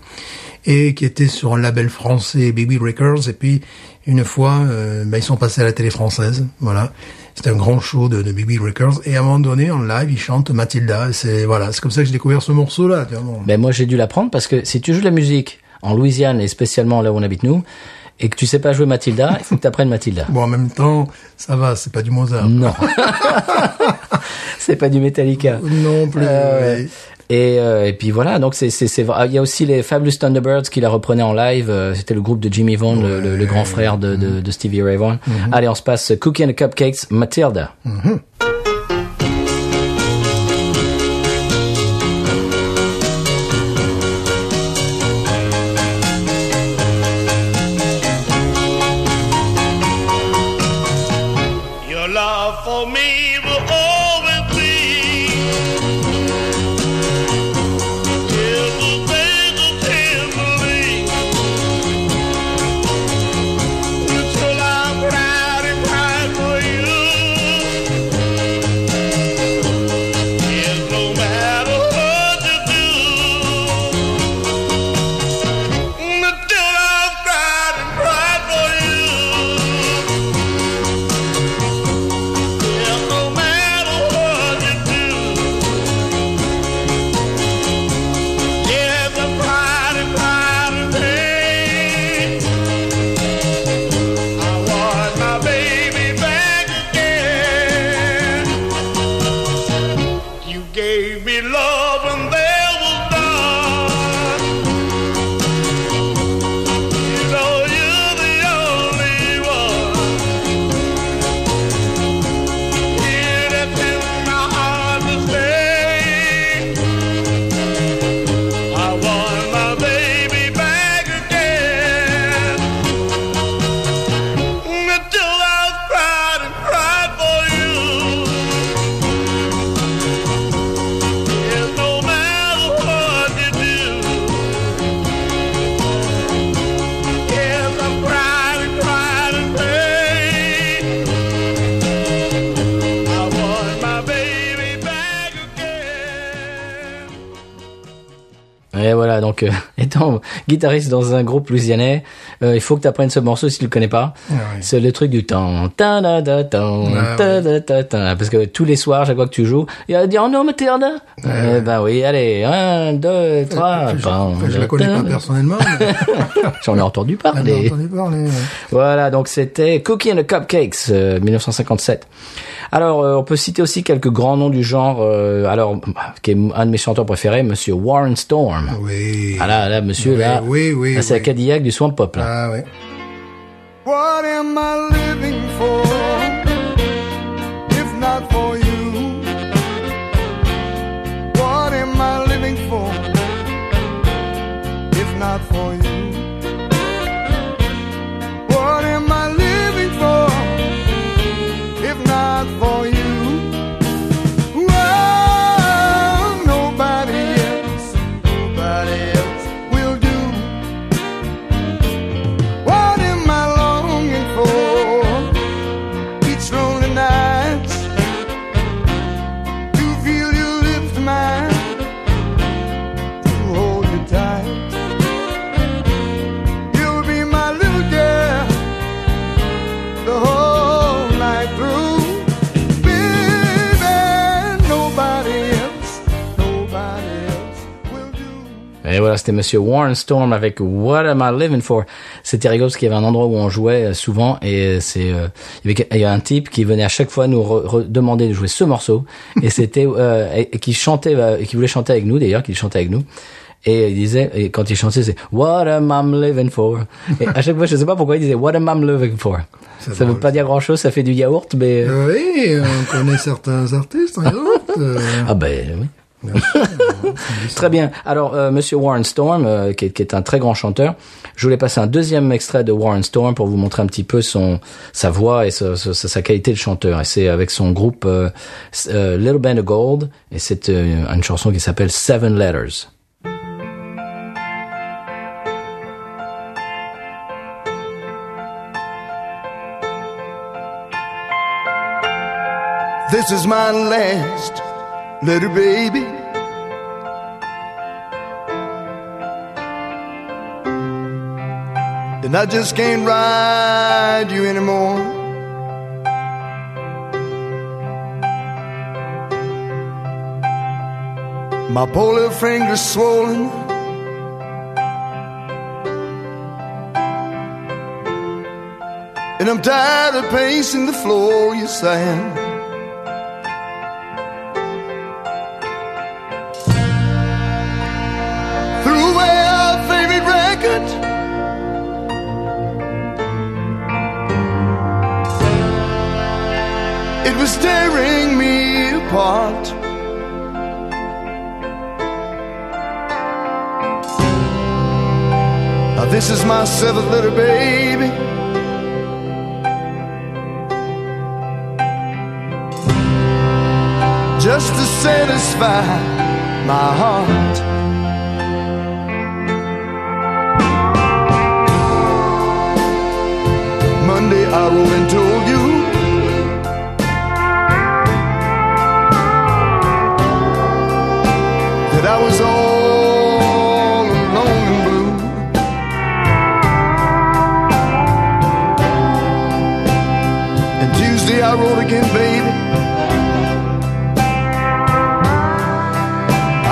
et qui était sur un label français, BB Records, et puis, une fois, euh, ben, ils sont passés à la télé française, voilà. C'était un grand show de, de BB Records, et à un moment donné, en live, ils chantent Matilda, et c'est, voilà, c'est comme ça que j'ai découvert ce morceau-là, tu vois, bon.
Ben moi j'ai dû l'apprendre parce que si tu joues de la musique en Louisiane et spécialement là où on habite nous et que tu sais pas jouer Matilda, il faut que tu apprennes Matilda.
Bon, en même temps, ça va, c'est pas du Mozart.
Non. c'est pas du Metallica.
Non plus.
Euh,
oui.
Et, euh, et puis voilà, donc c'est c'est c'est vrai. Ah, il y a aussi les Fabulous Thunderbirds qui la reprenaient en live. euh, C'était le groupe de Jimmy Vaughan, le, le- le grand frère de, de, de Stevie Ray Vaughan. Allez, on se passe Cookie and the Cupcakes, Matilda. Donc, euh, étant guitariste dans un groupe louisianais, euh, il faut que tu apprennes ce morceau si tu le connais pas.
Ouais, Ah ouais. Ah
C'est le truc du temps, tan, da, da, tan,
Ouais,
ta, da, ta, tan. parce que tous les soirs, chaque fois que tu joues, il va dire oh non Matilda.
Ah
Eh ben oui, allez, un, deux, trois.
je, je-
pan,
enfin, je
da,
la connais pas
tan.
personnellement. mais
J'en ai entendu
j'en
parler.
ai entendu parler. ouais.
Voilà, donc c'était Cookie and the Cupcakes, euh, 1957. Alors, euh, on peut citer aussi quelques grands noms du genre. euh, alors, bah, qui est un de mes chanteurs préférés, Monsieur Warren Storm.
Oui.
Ah là, là, Monsieur,
Oui,
là,
Eh oui, oui,
là, c'est la
oui.
Cadillac du Swamp Pop. Là.
Ah ouais.
What am I living for? If not for you, what am I living for? If not for you, what am I living for? If not for you, well, nobody else, nobody else will do. What am I longing for? Each lonely night to feel your lips to mine, to hold you tight. You'll be my little girl the whole night through, baby. Nobody else, nobody else will do.
Et Eh voilà, c'était Monsieur Warren Storm avec What Am I Living For. C'était rigolo parce qu'il y avait un endroit où on jouait euh, souvent et c'est euh, il, y avait- il y avait un type qui venait à chaque fois nous re- re- demander de jouer ce morceau et c'était euh, et, et qui chantait euh, et qui voulait chanter avec nous d'ailleurs, qui chantait avec nous. Et il disait, et quand il chantait, c'est What am I living for? Et à chaque fois, je sais pas pourquoi il disait What am I living for?
C'est
Ça veut
drôle,
pas dire grand chose, ça fait du yaourt, mais.
Euh, oui, on connaît certains artistes, en Europe. euh,
Ah ben oui.
bien sûr, on- on dit ça.
Très bien. Alors, euh, Monsieur Warren Storm, euh, qui, est, qui est un très grand chanteur, je voulais passer un deuxième extrait de Warren Storm pour vous montrer un petit peu son sa voix et sa, sa- sa qualité de chanteur. Et c'est avec son groupe euh, s- euh, Little Band of Gold, et c'est euh, une chanson qui s'appelle Seven Letters.
This is my last letter, baby. And I just can't ride you anymore. My poor little finger's swollen. And I'm tired of pacing the floor, yes I am. threw away our favorite record. It was tearing me apart. Now this is my seventh letter, baby. Just to satisfy my heart. Monday I wrote and told you. That I was all alone and blue. And Tuesday I wrote again, baby.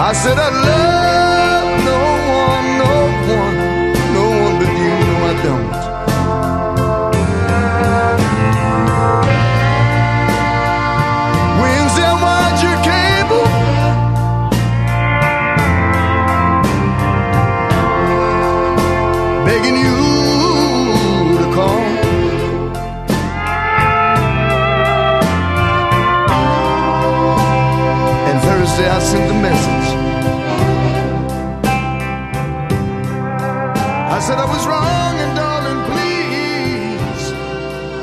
I said I love no one, no one, no one but you. No, I don't. Winds that watch your cable. Begging you to call. And Thursday I sent the message. I said I was wrong, and darling, please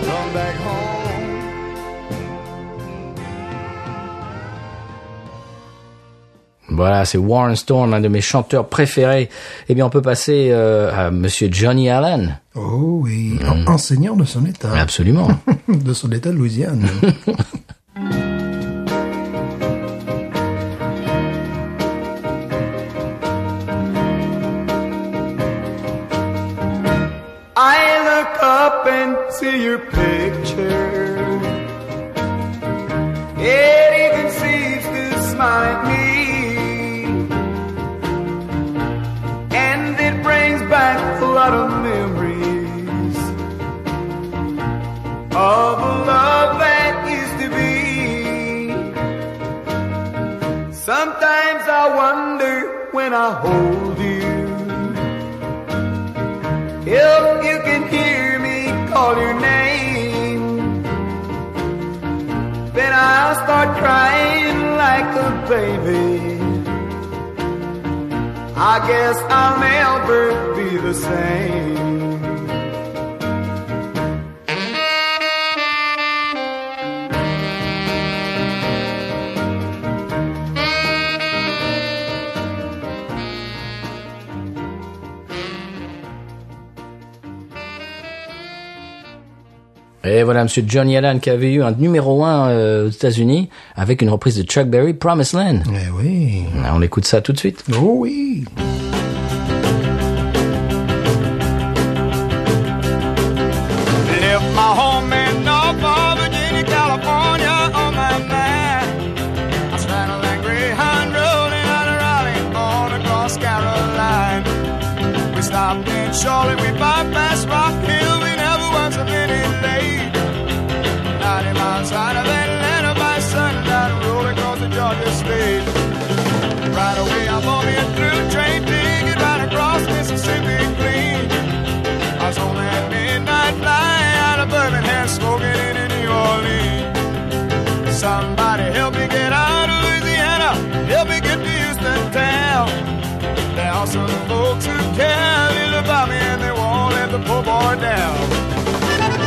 come back home.
Voilà, c'est Warren Storm, un de mes chanteurs préférés. Eh bien, on peut passer euh, à Monsieur Johnny Allen.
Oh oui,
Mm.
en- enseignant de son état,
Absolument.
de son état de Louisiane.
back up and see your picture. It even seems to smite me. And it brings back a lot of memories of a love that used to be. Sometimes I wonder when I hold you. If you can hear me call your name, then I'll start crying like a baby. I guess I'll never be the same.
Et voilà, Monsieur John Allen qui avait eu un numéro 1 aux États-Unis avec une reprise de Chuck Berry, Promised Land. Ah,
Eh oui.
On écoute ça tout de suite.
Oh oui.
Left my home in Norfolk, Virginia, California on my mind. I stand on that Greyhound Road in out of Raleigh, born across Carolina. We stopped in Charlotte, we bypassed Rock Hill, we never once a minute late. 90 miles out of Atlanta by sundown, rolling across the Georgia state. Right away, I'm on a through train, digging right across Mississippi clean. I was on that midnight fly out of Birmingham, smoking into New Orleans. Somebody help me get out of Louisiana, help me get to Houston town. There are some folks who care a little about me and they won't let the poor boy down.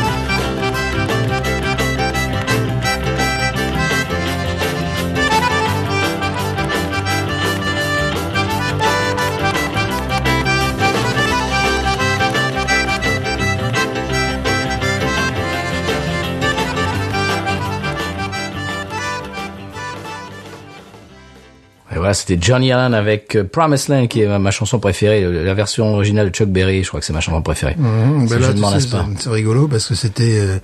Et voilà, c'était Johnny Allen avec euh, Promised Land, qui est ma, ma chanson préférée, euh, la version originale de Chuck Berry. Je crois que c'est ma chanson préférée.
Mmh,
Si
ben là,
je
tu
ne m'en
sais,
lasse pas.
C'est c'est rigolo parce que c'était euh,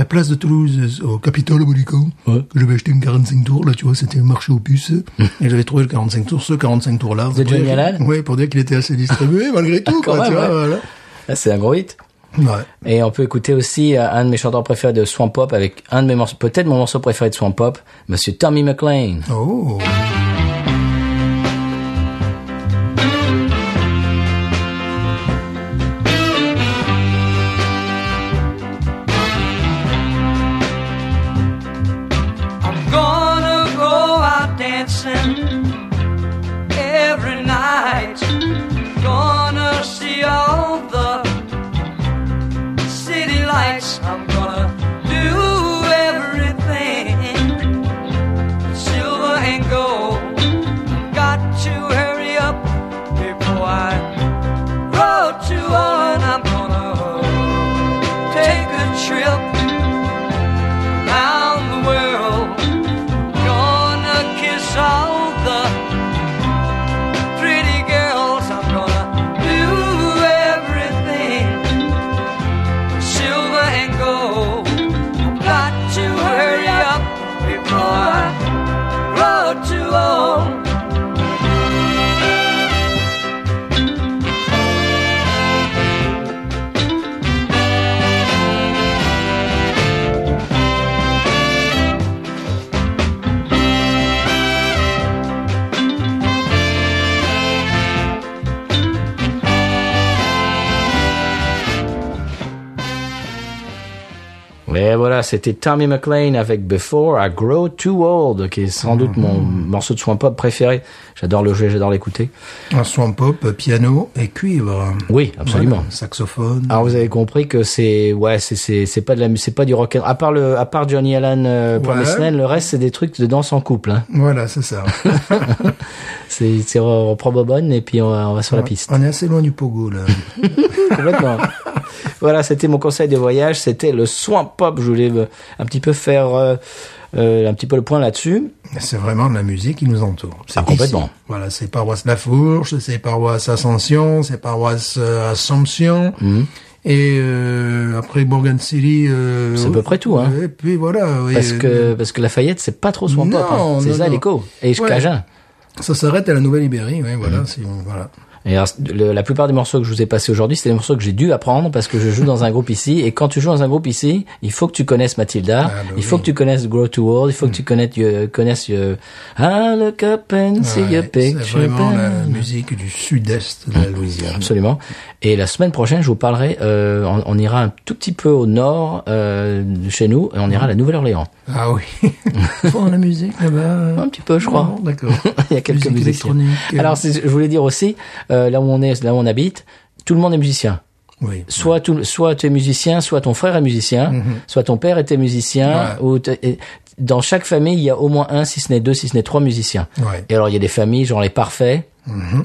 à Place de Toulouse, euh, au Capitole, au Monaco,
Ouais.
que j'avais acheté une 45 tours. Là, tu vois, c'était un marché aux puces. et j'avais trouvé le 45 tours, ce 45 tours-là.
De Johnny Halal
Oui, pour dire qu'il était assez distribué malgré tout.
Ah, Quand
quoi, tu
même,
vois,
ouais. Là, c'est un gros hit.
voilà. ouais.
Et on peut écouter aussi euh, un de mes chanteurs préférés de Swamp Pop avec un de mes morceaux, peut-être mon morceau préféré de Swamp Pop, Monsieur Tommy McLean.
Oh.
I'm gonna go out dancing every night. Gonna see all the city lights. I'm gonna do everything, silver and gold. Got to hurry up before I grow too old. I'm gonna take a trip around the world. Gonna kiss all the pretty girls. I'm gonna do everything silver and gold. I've got to hurry up before I grow too old.
Et voilà, c'était Tommy McLean avec Before I Grow Too Old, qui est sans doute mon morceau de Swamp Pop préféré. J'adore le jouer, j'adore l'écouter.
Un swamp pop, piano et cuivre.
Oui, absolument. Ah.
Voilà, saxophone.
Alors vous avez compris que c'est ouais c'est c'est c'est pas de la mu- c'est pas du rock and- à part le à part Johnny Allen euh, Promised
Ouais.
Land, le reste c'est des trucs de danse en couple hein.
Voilà, c'est ça.
C'est c'est on reprend Bobonne et puis on va, on va sur la piste
On est assez loin du pogo, là.
complètement. voilà, c'était mon conseil de voyage, c'était le soin pop, je voulais euh, un petit peu faire euh, euh, un petit peu le point là-dessus.
C'est vraiment de la musique qui nous entoure. C'est
Ah, complètement.
ici. Voilà,
Mhm.
c'est paroisse La Fourche, c'est paroisse Ascension, c'est paroisse euh, Assomption. Et euh, après Morgan City. euh,
C'est à peu près tout, hein.
Et puis voilà. oui.
Parce que, parce que Lafayette, c'est pas trop son
Non,
pop. hein. C'est
non,
ça,
non.
l'écho. Et je
Ouais.
Cajun.
Ça s'arrête à la Nouvelle-Ibérie, oui,
Mhm.
voilà. si on- voilà.
Et alors, le- la plupart des morceaux que je vous ai passés aujourd'hui, c'est des morceaux que j'ai dû apprendre parce que je joue dans un groupe ici. Et quand tu joues dans un groupe ici, il faut que tu connaisses Matilda,
Ah, bah
il faut
oui. Mm.
que tu connaisses Grow to World, il faut que tu connaisses, euh, connaisses euh, I look up and see
Ouais,
your
c'est
picture.
vraiment la musique du sud-est de
Ah,
la Louisiane.
Absolument. Et la semaine prochaine, je vous parlerai, euh, on, on ira un tout petit peu au nord euh, de chez nous et on ira à la Nouvelle-Orléans.
Ah oui. Bon, la musique là-bas.
Un petit peu, je crois.
Bon, Ah, D'accord.
Il y a quelques
Musique
musiciens.
électronique, euh.
Alors, c'est- je voulais dire aussi, euh, là où on est, là où on habite, tout le monde est musicien.
Oui.
Soit, tout, soit tu es musicien, soit ton frère est musicien, soit ton père était musicien.
Mhm. Ouais.
Ou t'es- et dans chaque famille, il y a au moins un, si ce n'est deux, si ce n'est trois musiciens.
Ouais. Mhm.
Et alors, il y a des familles, genre les parfaits.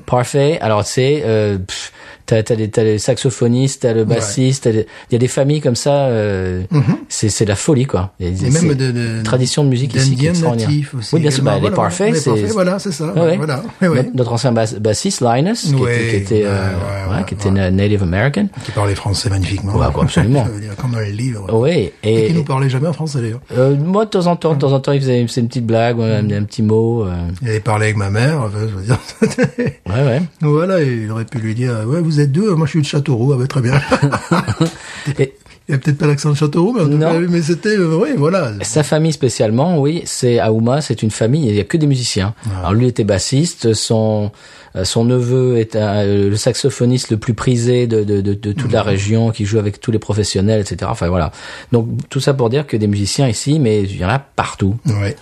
Parfait. Alors, c'est, euh, pff, t'as, t'as, des- t'as le saxophoniste, t'as le bassiste. t'as des- Il y a des familles comme ça. euh, c'est, c'est la folie, quoi. Et,
Mhm. Et
c'est-
même de, de
tradition de musique ici qui est
d'Indiens
extraordinaire.
natifs aussi.
oui, bien sûr. Bah,
également.
les
Voilà,
parfaits,
les
c'est
Parfaits, voilà, c'est ça.
Ouais, Bah, ouais.
Voilà. Ouais, ouais.
Notre- Notre ancien bass- bassiste Linus, qui
Ouais,
était, qui était, euh,
ouais, ouais,
ouais, qui était
ouais.
na- Native American.
Qui parlait français magnifiquement.
Ouais, quoi, absolument.
Ça veut dire, comme dans les livres.
Oui,
Et
et,
qui nous parlait jamais en français d'ailleurs.
euh, moi de temps en temps, de temps en temps, il faisait, il faisait une petite blague, ouais, un, un petit mot. euh,
Il avait parlé avec ma mère. Enfin, je veux dire.
ouais, ouais.
voilà, et il aurait pu lui dire, ouais, vous êtes deux, moi je suis de Châteauroux, ah bah, très bien.
Et
Il a peut-être pas l'accent de Châteauroux, mais, en tout
Non.
cas, mais c'était, euh, oui, voilà.
sa famille spécialement, oui, c'est Aouma, c'est une famille, il y a que des musiciens.
Ah.
Alors lui était bassiste, son euh, son neveu est un- euh, le saxophoniste le plus prisé de de, de, de toute
Mm.
la région, qui joue avec tous les professionnels, etc. Enfin voilà. Donc tout ça pour dire que des musiciens ici, mais il y en a partout.
Ouais.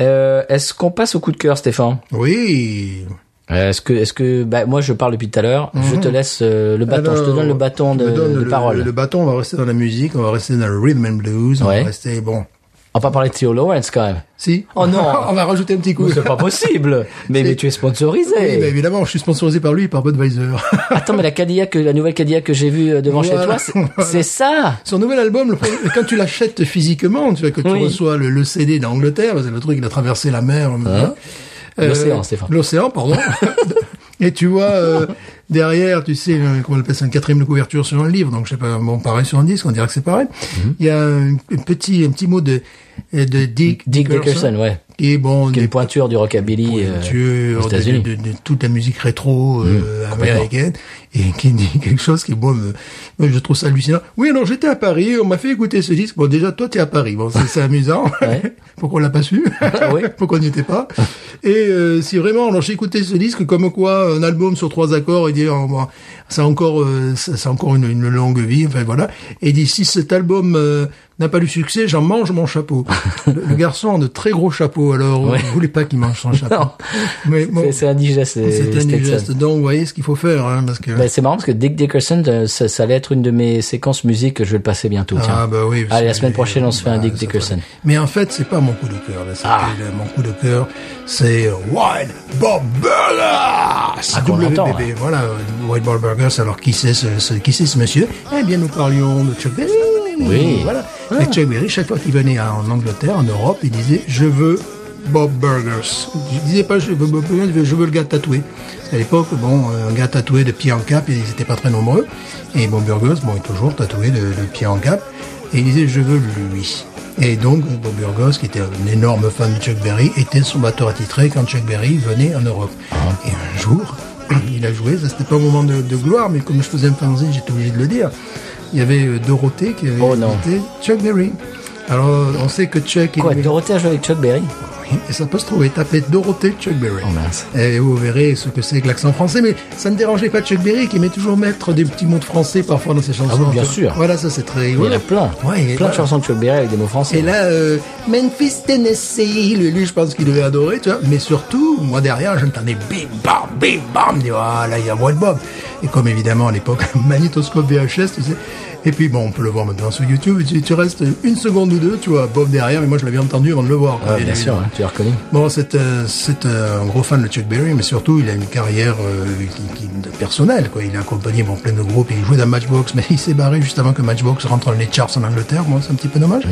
Euh, Est-ce qu'on passe au coup de cœur, Stéphane
Oui.
Euh, Est-ce que, est-ce que, bah, moi je parle depuis tout à l'heure. Je te laisse euh, le bâton. je te
Mm-hmm. Alors,
donne le bâton
je
de,
me donne
de
le-
parole.
Le, bâton, on va rester dans la musique, on va rester dans le rhythm and blues, on
Ouais.
va rester, bon.
On va pas parler de Theo Lawrence quand même.
Si.
Oh non.
on va rajouter un petit coup.
Ou c'est pas possible. mais, mais tu es sponsorisé.
Oui, bah, évidemment, je suis sponsorisé par lui et par Budweiser.
Attends, mais la Cadillac, que- la nouvelle Cadillac que j'ai vue euh, devant chez
Voilà,
toi, c'est
voilà.
c'est ça.
Son nouvel album, le premier- quand tu l'achètes physiquement, tu vois, que tu
Oui.
reçois le, le CD d'Angleterre, c'est le truc, il a traversé la mer. hein.
Ah. L'océan, Stéphane.
Euh, L'océan, pardon. Et tu vois, euh, derrière, tu sais, euh, comment on appelle ça, une quatrième de couverture sur un livre, donc je sais pas, bon, pareil sur un disque, on dirait que c'est pareil.
Mhm.
Il y a un, un petit, un petit mot de, de Dick,
Dick Dickerson, ouais.
Qui est, bon,
Qui est
des
une pointure du
Oh,
rockabilly euh,
culture,
aux
de-
États-Unis. Mm,
de, de toute la musique rétro euh,
complètement.
américaine et qui dit quelque chose qui moi me, moi, je trouve ça hallucinant. Oui, alors j'étais à Paris, on m'a fait écouter ce disque. Bon, déjà toi t'es à Paris, bon c'est c'est amusant.
Ouais.
Pourquoi on l'a pas su
Ah Oui.
Pourquoi on n'y était pas Et euh, si vraiment, alors j'ai écouté ce disque comme quoi un album sur trois accords et dire oh, bon, ça a encore euh, ça, ça a encore une, une longue vie. Enfin voilà. Et il dit si cet album euh, n'a pas du succès, j'en mange mon chapeau. le, le garçon a de très gros chapeaux, alors
Ouais.
vous voulez pas qu'il mange son chapeau.
Non.
Mais bon,
C'est- C'est un digeste.
c'est un
Stetson.
digeste. Donc, vous voyez ce qu'il faut faire, hein, parce que.
Ben, c'est marrant parce que Dick Dickerson, euh, ça, ça allait être une de mes séquences musique que je vais le passer bientôt.
ah,
tiens.
bah oui. parce
Allez, la
que-
semaine prochaine, on se fait un
bah,
Dick
ça
Dickerson. Ah.
va. Mais en fait, c'est pas mon coup de cœur. là, c'est que le- Mon coup de cœur, c'est Wild Bob Burger. C'est
Ah, qu'on
WBB.
entend, ouais.
Voilà, Wild Bob Burger. Alors, qui c'est ce, ce- qui c'est ce monsieur Eh bien, nous parlions de Chuck Berry.
Oui.
Voilà. Et Chuck Berry, chaque fois qu'il venait en Angleterre, en Europe, il disait Je veux Bob Burgers. Je disais pas Je veux Bob Burgers, je veux- je veux le gars tatoué. Parce qu'à l'époque, bon, euh, un gars tatoué de pied en cap, ils n'étaient pas très nombreux. Et Bob Burgers, bon, est toujours tatoué de, de pied en cap. Et il disait Je veux lui. Et donc, Bob Burgos, qui était un énorme fan de Chuck Berry, était son batteur attitré quand Chuck Berry venait en Europe. Et un jour, il a joué, ça c'était pas un moment de, de gloire, mais comme je faisais un fanzine, j'étais obligé de le dire. Il y avait euh, Dorothée qui avait
Oh non.
invité Chuck Berry. Alors, on sait que Chuck... il
Quoi,
aimait-
Dorothée a joué avec Chuck Berry
oui, Et ça peut se trouver, taper Dorothée Chuck Berry.
Oh, mince.
Et vous verrez ce que c'est que l'accent français, mais ça ne dérangeait pas Chuck Berry qui aimait toujours mettre des petits mots de français parfois dans ses chansons.
Ah oui, bien sûr.
Voilà, ça c'est très...
Il y en a plein.
Ouais, et
plein de
voilà.
chansons de Chuck Berry avec des mots français.
Et là, euh, Memphis, Tennessee, lui, lui, je pense qu'il devait adorer, tu vois. Mais surtout, moi derrière, j'entendais big bam, big bam, je dis, ah là, il y a Wild Bob. Et comme évidemment à l'époque, magnétoscope VHS, tu sais. Et puis bon, on peut le voir maintenant sur YouTube, tu, tu restes une seconde ou deux, tu vois, Bob derrière, mais moi je l'avais entendu avant de le voir. quoi.
Ouais,
Et
bien
lui,
sûr, hein, tu l'as reconnu.
Bon, c'est euh, c'est, euh, un gros fan de Chuck Berry, mais surtout il a une carrière euh, qui, qui- de- personnelle. Quoi. Il a accompagné bon, plein de groupes, il jouait dans Matchbox, mais il s'est barré juste avant que Matchbox rentre dans les charts en Angleterre. Bon, c'est un petit peu dommage.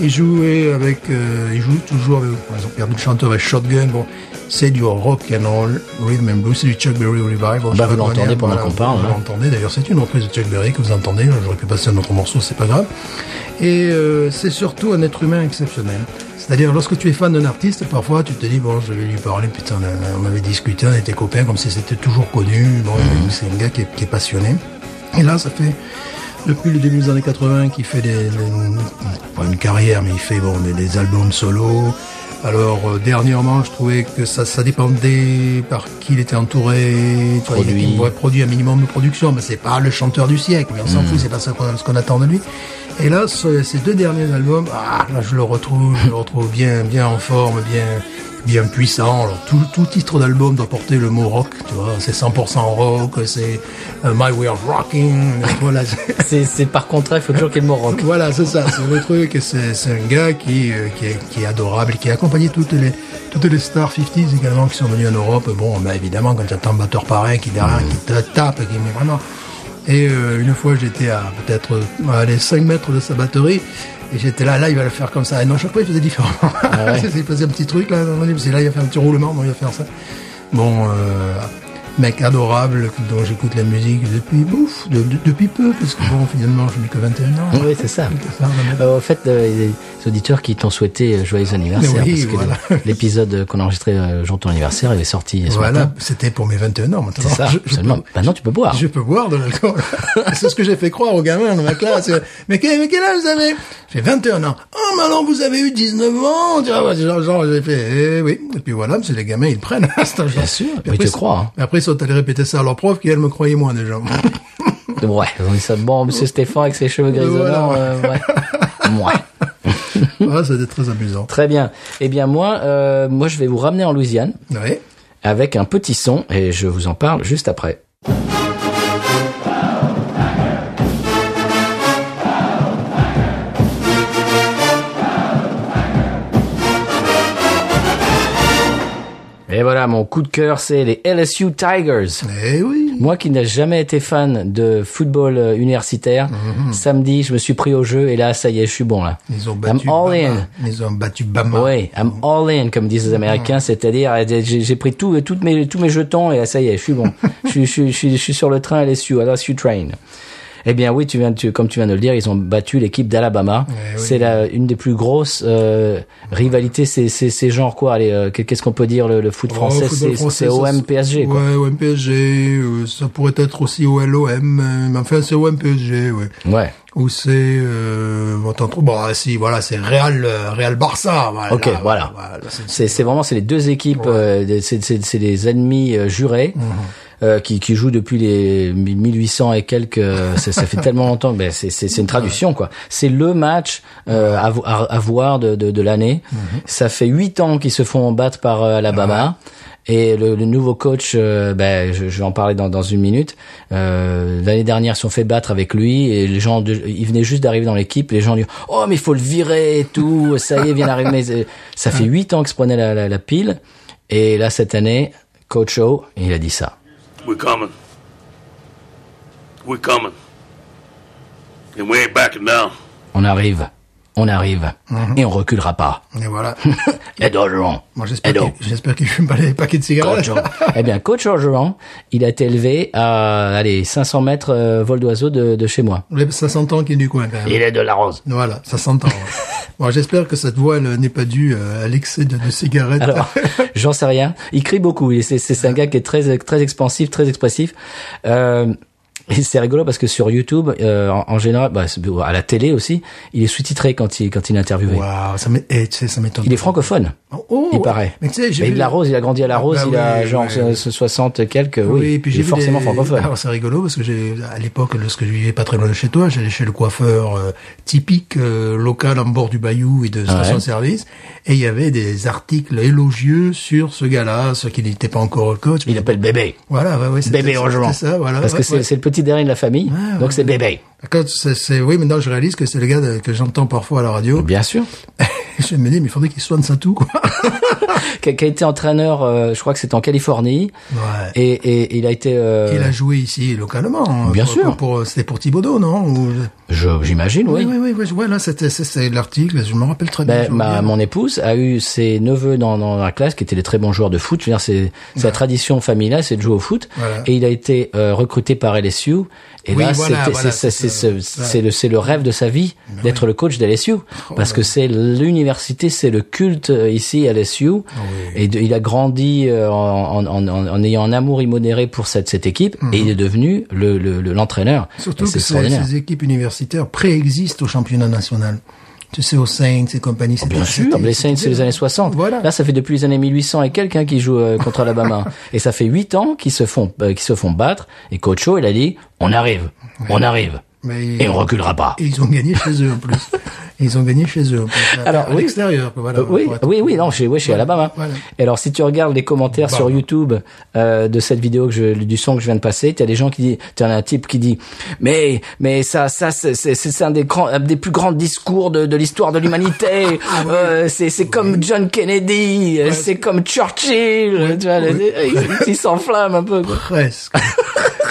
Il jouait avec, euh, il joue toujours avec, bon, ils ont perdu le chanteur avec Shotgun. Bon, c'est du rock and roll, rhythm and blues, c'est du Chuck Berry Revival.
Bah, vous
De toute
l'entendez
manière,
pendant qu'on parle,
Vous
hein.
l'entendez, d'ailleurs, c'est une reprise de Chuck Berry que vous entendez. J'aurais pu passer un autre morceau, c'est pas grave. Et euh, c'est surtout un être humain exceptionnel. C'est-à-dire, lorsque tu es fan d'un artiste, parfois tu te dis, bon, je vais lui parler, putain, là, là, on avait discuté, on était copains, comme si c'était toujours connu. Bon, c'est un gars qui est, qui est passionné. Et là, ça fait depuis le début des années 80 qui fait des, des- pas une carrière mais il fait bon des, des albums solo alors euh, dernièrement je trouvais que ça ça dépendait par qui il était entouré Tu vois, il y a
Produit.
une voix- produit un minimum de production mais c'est pas le chanteur du siècle mais on s'en fout c'est pas ça qu'on ce qu'on attend de lui et là ce- ces deux derniers albums ah, là je le retrouve je le retrouve bien bien en forme bien bien puissant alors tout, tout titre d'album doit porter le mot rock tu vois c'est 100% rock c'est euh, my way of rocking voilà c'est-
C'est c'est par contrat, il faut toujours qu'il y ait le mot rock.
voilà, c'est ça, c'est le truc. et C'est c'est un gars qui, euh, qui, est, qui est adorable, qui a accompagné toutes les, toutes les stars 50s également qui sont venues en Europe. Bon, bah, évidemment, quand t'entends un batteur pareil qui derrière, qui te tape, qui met vraiment. Et euh, une fois, j'étais à peut-être euh, allez, 5 mètres de sa batterie. Et j'étais là, là, il va le faire comme ça. Et non, chaque fois, il faisait différemment. il s'est passé un petit truc, là. C'est là, il va faire un petit roulement, donc il va faire ça. Bon, euh, mec adorable dont j'écoute la musique depuis bouf, de- de- depuis peu, parce que bon, finalement, je n'ai que 21 ans.
Ah Oui, c'est ça.
Ça, voilà.
Euh, au fait, euh, les auditeurs qui t'ont souhaité euh, joyeux anniversaire,
Oui,
parce que
voilà.
le- l'épisode qu'on a enregistré euh, le jour de ton anniversaire, il est sorti ce
Voilà,
matin.
c'était pour mes 21 ans maintenant.
C'est ça, Ah.
Je- je
seulement.
peux-
Maintenant, tu peux boire.
Je peux boire de l'alcool. c'est ce que j'ai fait croire aux gamins dans ma classe. Mais quel, mais quel âge vous avez J'ai 21 ans. Oh, mais alors vous avez eu 19 ans Tu vois, genre, genre j'ai fait, eh oui. Et puis voilà, parce que les gamins, ils prennent. Bien
sûr, mais ils te croient, hein.
Après, ils sont allés répéter ça à leur prof, qui, elle, me croyait moins déjà.
Ouais, ils ont dit ça. Bon, monsieur Stéphane avec ses cheveux grisonnants,
Voilà.
euh, ouais. Mouais.
voilà, Ah, c'était très amusant.
Très bien. Eh bien, moi, euh, moi, je vais vous ramener en Louisiane
Oui.
avec un petit son et je vous en parle juste après. Et voilà, mon coup de cœur, c'est les LSU Tigers.
Eh oui.
Moi qui n'ai jamais été fan de football euh, universitaire, samedi, je me suis pris au jeu et là, ça y est, je suis bon là.
Ils ont battu
I'm all
Bama.
in.
Ils ont battu Bama.
Oui, I'm all in, comme disent les Américains,
Mm.
c'est-à-dire euh, j'ai j'ai pris tout, toutes mes, tous mes jetons et là, ça y est, je suis bon. je, suis- je, suis- je, suis- je suis sur le train LSU, LSU train. Eh bien oui, tu viens, de- tu, comme tu viens de le dire, ils ont battu l'équipe d'Alabama.
Eh oui.
C'est la une des plus grosses euh, rivalités. C'est c'est c'est genre quoi Allez, euh, qu'est-ce qu'on peut dire le, le foot
Oh,
français
football
C'est
français,
c'est
ça,
OM PSG. Quoi.
Ouais, OM PSG, euh, ça pourrait être aussi OLOM, euh, mais enfin c'est OM PSG, ouais.
ouais.
Ou c'est euh, bon, t'en trouves- bon, ah, si voilà, c'est Real euh, Real Barça, voilà.
Ok, voilà.
c'est-
C'est c'est vraiment c'est les deux équipes, euh, des- c'est c'est- c'est les ennemis euh, jurés euh, qui, qui jouent depuis les 1800 et quelques. euh, ça, ça fait tellement longtemps, ben c'est c'est- c'est une traduction quoi. C'est le match euh, à, vo- à- à voir de, de, de l'année. Ça fait huit ans qu'ils se font battre par euh, Alabama. Et le, le nouveau coach, euh, ben, je, je vais en parler dans, dans une minute. Euh, L'année dernière, ils se sont fait battre avec lui et les gens, de- il venait juste d'arriver dans l'équipe. Les gens lui, oh mais il faut le virer et tout. Ça y est, vient d'arriver. Mais, euh, Ça fait huit ans que se prenait la, la, la pile et là cette année, coach O, il a dit ça.
We're coming. We're coming. And we ain't backing down.
On arrive, on arrive et on reculera pas.
Et voilà.
Et Orgeron.
Mhm. Moi j'espère
Et
qu'il
donc,
j'espère qu'il fume pas les paquets de cigarettes.
Coach O. Eh bien, coach Orgeron, il a été élevé à allez 500 mètres euh, vol d'oiseau de, de chez moi.
Ouais, Ça s'entend qu'il est du coin quand même.
Il est de la rose.
Voilà, ça s'entend. ouais. bon, j'espère que cette voix elle, n'est pas due euh, à l'excès de, de cigarettes.
Alors, j'en sais rien. Il crie beaucoup. Il- C'est c'est- c'est un gars qui est très très expansif, très expressif. Euh, et c'est rigolo parce que sur YouTube, euh, en, en général, bah, c'est- à la télé aussi, il est sous-titré quand il quand il est interviewé.
Waouh, ça m'é- eh, tu sais, ça m'étonne.
Il est francophone.
Oh,
il
ouais.
paraît.
Mais tu sais, j'ai
Mais
vu-
de la rose, il a grandi à la
Ah,
rose,
bah
il a
oui,
genre
ouais.
so- so- 60 quelques, Euh, oui.
Oui, et puis
il
j'ai
est
vu
forcément
des- Ah
francophone.
Alors c'est rigolo parce que j'ai à l'époque lorsque je vivais pas très loin de chez toi, j'allais chez le coiffeur euh, typique euh, local en bord du bayou et de station de service et il y avait des articles élogieux sur ce gars-là, ce qui n'était pas encore coach.
Il l'appelle bébé.
Voilà, ouais, ouais, c'était-
Bébé Orgeron.
c'était ça, voilà.
Parce
Ah ouais,
que c'est
ouais.
c'est le petit dernier de la famille,
Ouais,
donc
ouais.
c'est bébé.
Quand c'est c'est- oui, maintenant je réalise que c'est le gars de- que j'entends parfois à la radio.
Bien sûr.
je me dis mais il faudrait qu'il soigne ça tout quoi.
qui, a, qui a été entraîneur, euh, je crois que c'était en Californie.
Ouais.
Et, et- et il a été. euh,
Il a joué ici localement. hein,
Bien
pour-
sûr.
Pour, pour- c'était pour Thibaudot, non Ou-
je- J'imagine, oui.
Oui, oui, oui. oui, ouais, là, c'était c'est- c'est l'article. Je me rappelle très bien.
Ben,
je me
ma,
souviens.
mon épouse a eu ses neveux dans, dans la classe qui étaient des très bons joueurs de foot. Je veux dire, c'est c'est la tradition familiale, c'est de jouer au foot.
Voilà.
Et il a été euh, recruté par LSU. Et
Oui,
là,
voilà,
c'était-
voilà,
c'est-
c'est
c'est
ça. Oh
c'est- c'est le, c'est le rêve de sa vie d'être le coach d'LSU. parce que c'est l'université, c'est le culte euh, ici à
Ah
LSU. Et de- il a grandi euh, en, en, en, en ayant un amour immodéré pour cette, cette équipe. Et il est devenu l'entraîneur. Le, le, l'entraîneur.
Mhm. Surtout
Et
que
c'est
ces,
extraordinaire.
ces équipes universitaires préexistent au championnat national. Tu sais, aux Saints et compagnie. c'était-
Ah, Oh, Bien sûr,
c'était-
les Saints, c'est les années 60.
Voilà.
Là, ça fait depuis les années 1800 et quelques hein, qu'ils jouent euh, contre Alabama. et ça fait 8 ans qu'ils se font euh, qu'ils se font battre. Et Coach O, il a dit, on arrive, on arrive,
Mais-
et on reculera pas.
Et ils ont gagné chez eux en plus. Et ils ont gagné chez eux. en plus.
Alors,
à
oui.
l'extérieur, voilà.
Euh, oui,
pour être-
oui, oui, non, chez, ouais, chez Alabama.
voilà.
Et alors, si tu regardes les commentaires
Bah,
sur
bah.
YouTube euh, de cette vidéo que je, du son que je viens de passer, t'as des gens qui disent, t'as un type qui dit, mais, mais ça, ça, c'est- c'est c'est un des grands, un des plus grands discours de, de l'histoire de l'humanité.
Ah
Euh, c'est, c'est comme John Kennedy, euh, c'est comme Churchill. Tu vois, euh, ils- ils s'enflamment un peu. quoi.
Presque.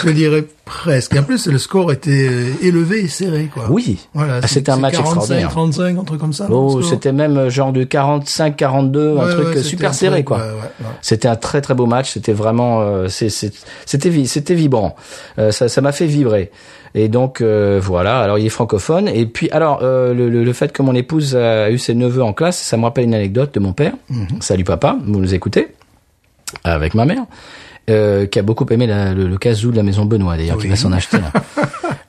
Je dirais presque. Et en plus, le score était euh, élevé et serré, quoi.
Oui.
Voilà.
Ah,
c'est-
c'était un
c'est
match
45,
extraordinaire.
35, un truc comme ça.
Oh,
le score.
c'était même euh, genre de 45-42, un
Ouais,
truc
ouais,
euh,
c'était un
super
truc,
serré, quoi.
ouais, ouais, ouais.
C'était un très très beau match. C'était vraiment, euh, c'est- c'est- c'était vi- c'était vibrant. Euh, ça ça m'a fait vibrer. Et donc euh, voilà. Alors il est francophone. Et puis alors euh, le, le- le fait que mon épouse a eu ses neveux en classe, ça me rappelle une anecdote de mon père.
Mhm.
Salut papa, vous nous écoutez avec ma mère. euh, qui a beaucoup aimé la- le, le kazoo de la maison Benoît d'ailleurs qui
Oui.
va s'en acheter là.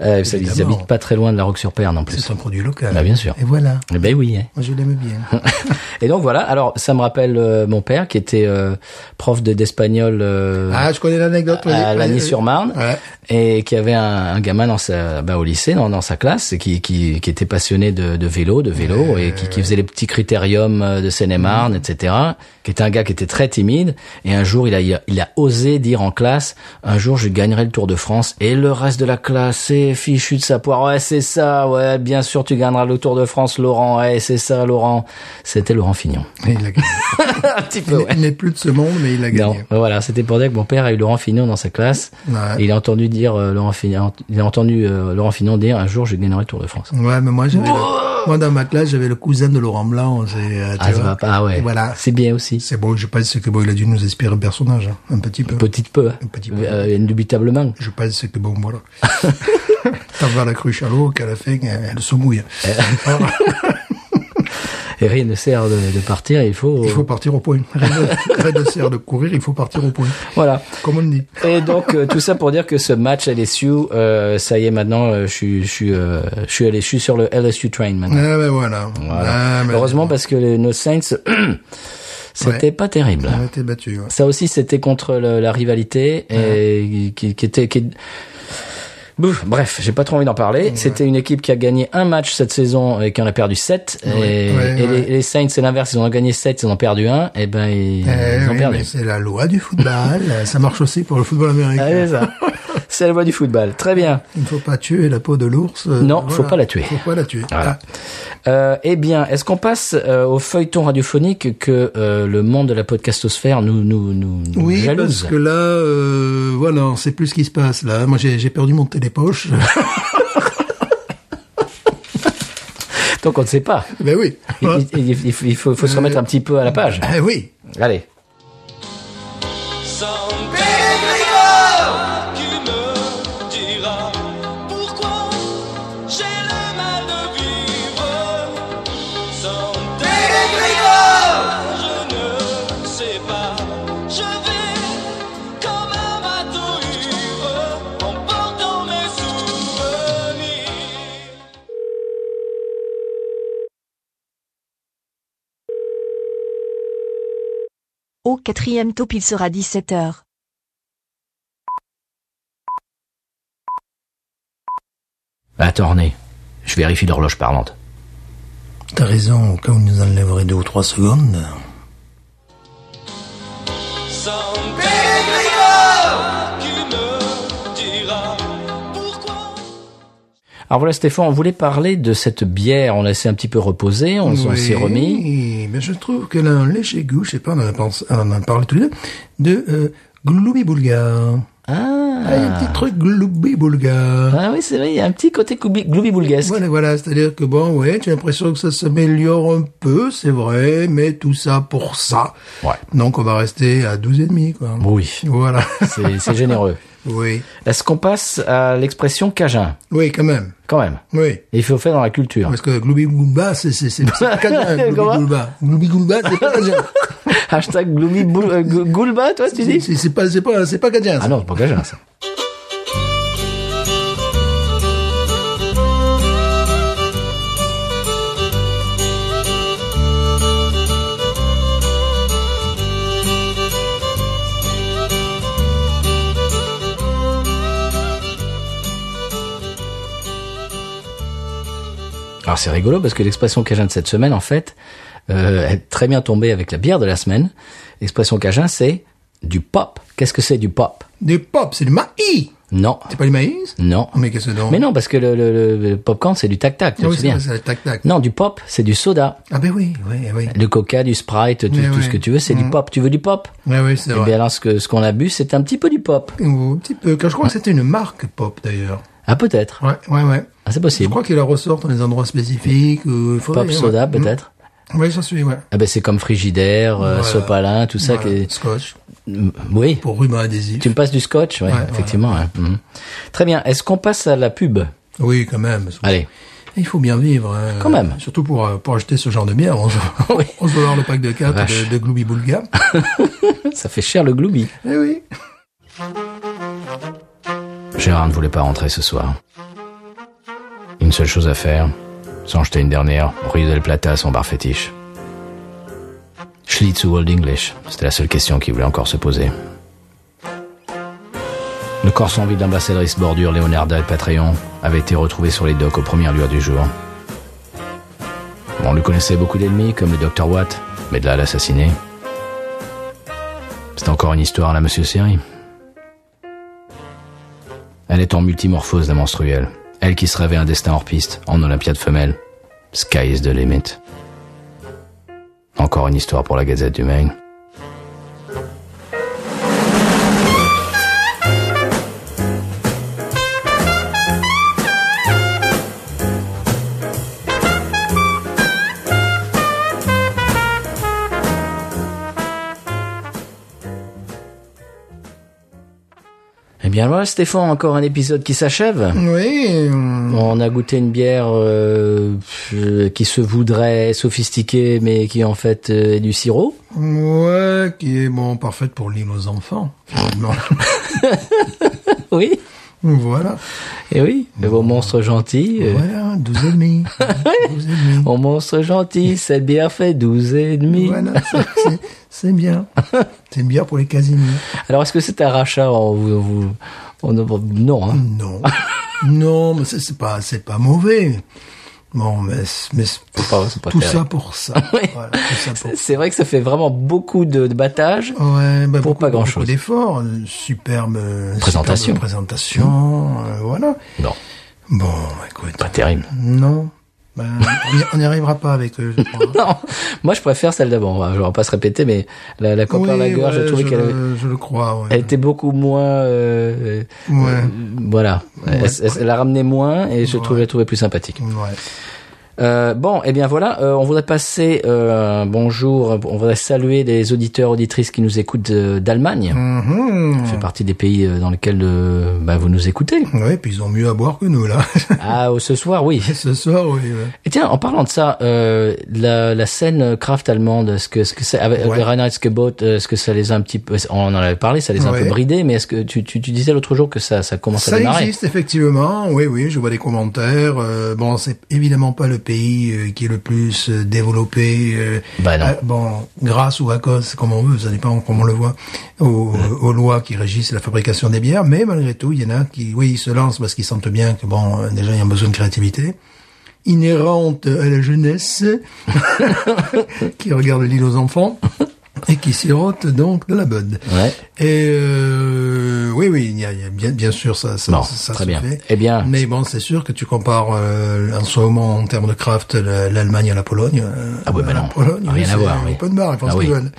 Euh, ça, ils
Évidemment.
habitent pas très loin de la Roque-sur-Perne en plus.
C'est un produit local.
Bah, bien sûr.
Et voilà.
Eh Ben oui. hein.
Moi, je l'aime bien.
Et donc voilà, alors ça me rappelle euh, mon père qui était euh, prof de- d'espagnol euh,
Ah, je connais l'anecdote. vas-y,
à
vas-y,
Lagny-sur-Marne
vas-y. Ouais.
et qui avait un, un gamin dans sa, bah, au lycée, dans, dans sa classe, et qui, qui, qui était passionné de, de vélo, de vélo, et qui, qui faisait les petits critériums euh, de Seine-et-Marne, etc. Qui était un gars qui était très timide. Et un jour, il a, il a- il a osé dire en classe, un jour, je gagnerai le Tour de France. Et le reste de la classe, c'est fichu de sa poire. Ouais, c'est ça. Ouais, bien sûr, tu gagneras le Tour de France, Laurent. Ouais, c'est ça, Laurent. C'était Laurent Fignon.
Et il a gagné.
un petit
Il
peu,
n'est- il n'est plus de ce monde, mais il a
non, ben
gagné.
voilà, c'était pour dire que mon père a eu Laurent Fignon dans sa classe.
Ouais.
Et il a entendu dire euh, Laurent Fignon, il a entendu euh, Laurent Fignon dire un jour je gagnerai le Tour de France.
Ouais, mais moi, j'avais le- moi, dans ma classe, j'avais le cousin de Laurent Blanc. c'est, euh, tu
Ah, ça
vois.
va pas, ah ouais.
Et voilà.
C'est bien aussi.
C'est bon, je pense que bon, il a dû nous inspirer le personnage, hein, un petit peu.
Petite peu, hein.
Un petit peu.
Euh, indubitablement.
Je pense que bon, voilà. T'en vas à la cruche à l'eau, qu'à la fin, euh, elle se mouille. Alors,
Et rien ne sert de, de partir, il faut.
il faut partir au point. Rien de- rien de sert de courir, il faut partir au point.
Voilà.
Comme on dit.
Et donc euh, tout ça pour dire que ce match LSU, euh, ça y est maintenant, euh, je suis, je suis, euh, je suis allé, je suis sur le LSU train maintenant.
Ah, ben voilà.
Voilà.
Ah, ben,
Heureusement parce que les- nos Saints, c'était
Ouais.
pas terrible.
On a été battus. ouais.
Ça aussi, c'était contre le- la rivalité et qui, qui était. Qui... Bouf, bref, j'ai pas trop envie d'en parler. C'était une équipe qui a gagné un match cette saison et qui en a perdu sept. Et,
ouais,
et Les,
ouais.
les Saints, c'est l'inverse. Ils en ont gagné sept, ils en ont perdu un. Et ben, ils,
Eh
ils ont
oui,
perdu.
mais C'est la loi du football. ça marche aussi pour le football
Ah,
américain.
c'est ça. C'est la loi du football. Très bien.
Il ne faut pas tuer la peau de l'ours. euh,
Non, faut pas la tuer.
Faut pas la tuer.
Voilà.
Ah,
Euh, eh bien, est-ce qu'on passe euh, au feuilleton radiophonique que euh, le monde de la podcastosphère nous nous nous, nous
Oui,
jalouse
parce que là, euh, voilà, on sait plus ce qui se passe là. Moi, j'ai j'ai perdu mon télépoche.
Donc on ne sait pas.
ben oui.
Il, il- il- il faut, faut se remettre un petit peu à la page.
Eh oui.
Allez.
Tu me diras pourquoi j'ai le mal de vivre sans Grégor Je ne sais pas, je vais comme un bateau ivre en portant mes souvenirs.
Au quatrième top, il sera 17h.
Attends, René. Je vérifie l'horloge parlante.
T'as raison, au cas où il nous enlèverait deux ou trois secondes.
Sans Grégor Tu me diras pourquoi
Alors voilà, Stéphane, on voulait parler de cette bière. On a s'est un petit peu reposé, on, on s'est
Oui,
remis.
Mais je trouve qu'elle a un léger goût, je sais pas, on en a, pensé- on en a parlé tous les deux, de euh, Gloubi Boulga.
Ah,
Ah, il y a un petit truc Gloubi Boulga.
Ah oui, c'est vrai, il y a un petit côté gloubi boulgasque.
Voilà, voilà, c'est-à-dire que bon, ouais, j'ai l'impression que ça s'améliore un peu, c'est vrai, mais tout ça pour ça.
Ouais.
Donc on va rester à 12,5, quoi.
Oui,
Voilà.
c'est c'est généreux.
oui.
Est-ce qu'on passe à l'expression cajun
Oui, quand même.
Quand même.
Oui.
Il faut faire dans la culture.
Parce que Gloubi Goulba, c'est, c'est, c'est, c'est pas canadien,
Comment
Gloubi Goulba. Gloubi Goulba, c'est pas canadien.
Hashtag gloubi boul- euh, gou- goulba, toi, tu
C'est,
dis
c'est, c'est pas, c'est pas, c'est pas canadien.
Ah non, c'est pas cajun, ça. Alors c'est rigolo parce que l'expression cajun de cette semaine, en fait, euh, est très bien tombée avec la bière de la semaine. L'expression cajun, c'est du pop. Qu'est-ce que c'est du pop
Des pop, c'est du maïs.
Non,
C'est pas du maïs? Oh,
non.
Mais qu'est-ce que donc?
Mais non, parce que le, le, le- le popcorn, c'est du tac-tac, tu te
Ah oui, c'est
souviens
vrai, c'est tac-tac.
Non, du pop, c'est du soda.
Ah ben oui, oui, oui.
Du coca, du sprite, tout,
Mais
tout
oui.
ce que tu veux, c'est du pop. Tu veux du pop
Oui, oui, c'est
Eh bien
vrai.
alors, ce que- ce qu'on a bu, c'est un petit peu du pop.
Ou Un petit peu. Quand je crois que c'était une marque pop, d'ailleurs.
Ah, peut-être.
Ouais, ouais, ouais.
Ah, c'est
Je
possible.
crois qu'il la ressort dans des endroits spécifiques. ou il faudrait-
Pop soda,
ouais. Mm.
peut-être.
Oui, j'en suis, ouais.
Ah ben, c'est comme Frigidaire, euh,
Voilà.
Sopalin, tout ça.
Voilà,
qui est- Mm,
Scotch.
Oui.
Pour ruban adhésif.
Tu me passes du scotch, ouais,
Ouais,
effectivement. ouais. Mhm. Très bien. Est-ce qu'on passe à la pub
Oui, quand même. parce que-
Allez.
Il faut bien vivre. hein.
Quand même.
Surtout pour, euh, pour acheter ce genre de bière. On se,
Oui.
on se dollars le pack de 4
Vache.
de, de Glooby Boulga.
Ça fait cher le gloubi.
eh oui.
Gérard ne voulait pas rentrer ce soir. Une seule chose à faire, sans jeter une dernière, Rio del Plata à son bar fétiche. Schlitz ou Old English, c'était la seule question qu'il voulait encore se poser. Le corps sans vie de l'ambassadrice bordure Leonarda et Patreon avait été retrouvé sur les docks aux premières lueurs du jour. On lui connaissait beaucoup d'ennemis, comme le docteur Watt, mais de là à l'assassiner. C'est encore une histoire à la Monsieur Seri. Elle est en multimorphose d'un menstruel. Elle qui se rêvait un destin hors piste, en Olympiade femelle. Sky is the limit. Encore une histoire pour la Gazette du Maine. Eh bien voilà Stéphane, encore un épisode qui s'achève.
Oui. euh,
On a goûté une bière euh, pff, qui se voudrait sophistiquée mais qui en fait euh, est du sirop.
Ouais, qui est bon, parfaite pour l'île aux enfants. finalement.
Oui.
voilà.
Et Eh oui. Et vos monstres gentils. euh,
Voilà, 12 et demi. 12 et demi.
Mon monstre gentil, cette bière fait 12 et demi.
Voilà, c'est- c'est- c'est bien. C'est bien pour les Casimir.
Alors est-ce que c'est un rachat on, vous- vous- on- on- Non. hein.
Non. Non, mais c'est c'est pas, c'est pas mauvais. Bon, mais, c'est- mais c'est-
C'est pas- c'est pas
tout
terrible.
ça pour ça. Voilà, tout ça pour
C'est vrai que ça fait vraiment beaucoup de, de battage.
Ouais, bah,
Pour
beaucoup-
pas grand-chose.
beaucoup d'efforts, une superbe euh,
Présentation.
superbe présentation, euh, voilà.
Non,
Bon, écoute,
pas terrible.
non, ben, on y- on n'y arrivera pas avec eux. je crois.
Non, moi je préfère celle d'avant. Voilà, Je ne vais pas se répéter, mais la, la
Oui,
Copper Lager,
ouais,
je trouvais qu'elle avait-
le- je le crois. ouais.
elle était beaucoup moins. euh, euh,
Ouais.
euh, voilà. Elle, elle- elle la ramenait moins et je trouvais, la trouvais plus sympathique.
Ouais.
Euh, bon, eh bien voilà, euh, on voudrait passer euh, un bonjour, on voudrait saluer les auditeurs, auditrices qui nous écoutent euh, d'Allemagne. Ça
Mhm.
fait partie des pays euh, dans lesquels euh, bah, vous nous écoutez.
Ouais, puis ils ont mieux à boire que nous là.
ah, oh, ce soir, oui.
Ce soir, oui. ouais.
Et tiens, en parlant de ça, euh, la, la scène craft allemande, est-ce que, est-ce que c'est, avec
Ouais.
le Reinheitsgebot, est-ce que ça les a un petit peu, on en avait parlé, ça les a un
Ouais.
peu bridés, mais est-ce que tu, tu, tu disais l'autre jour que ça, ça commence à
Ça
démarrer
existe effectivement, oui, oui, je vois des commentaires. euh, bon, c'est évidemment pas le pays euh, qui est le plus euh, développé. euh,
Bah non.
euh, bon, grâce ou à cause, comme on veut, ça dépend comment on le voit, aux, aux lois qui régissent la fabrication des bières. Mais malgré tout, il y en a qui, oui, ils se lancent parce qu'ils sentent bien que bon, euh, déjà il y a un besoin de créativité inhérente à la jeunesse qui regarde l'île aux enfants et qui sirote donc de la bonne.
Ouais.
Et euh, oui, oui, il y a, il y a bien, bien sûr ça, ça,
Bon,
ça
très
se
bien.
fait.
Eh bien,
Mais bon, c'est sûr que tu compares euh, en ce moment en termes de craft la- l'Allemagne à la Pologne. euh,
Ah oui, bah
la
non,
Pologne,
rien
c'est
à voir, oui.
Pas de barre, ils font
Ah
ce
oui.
qu'ils veulent.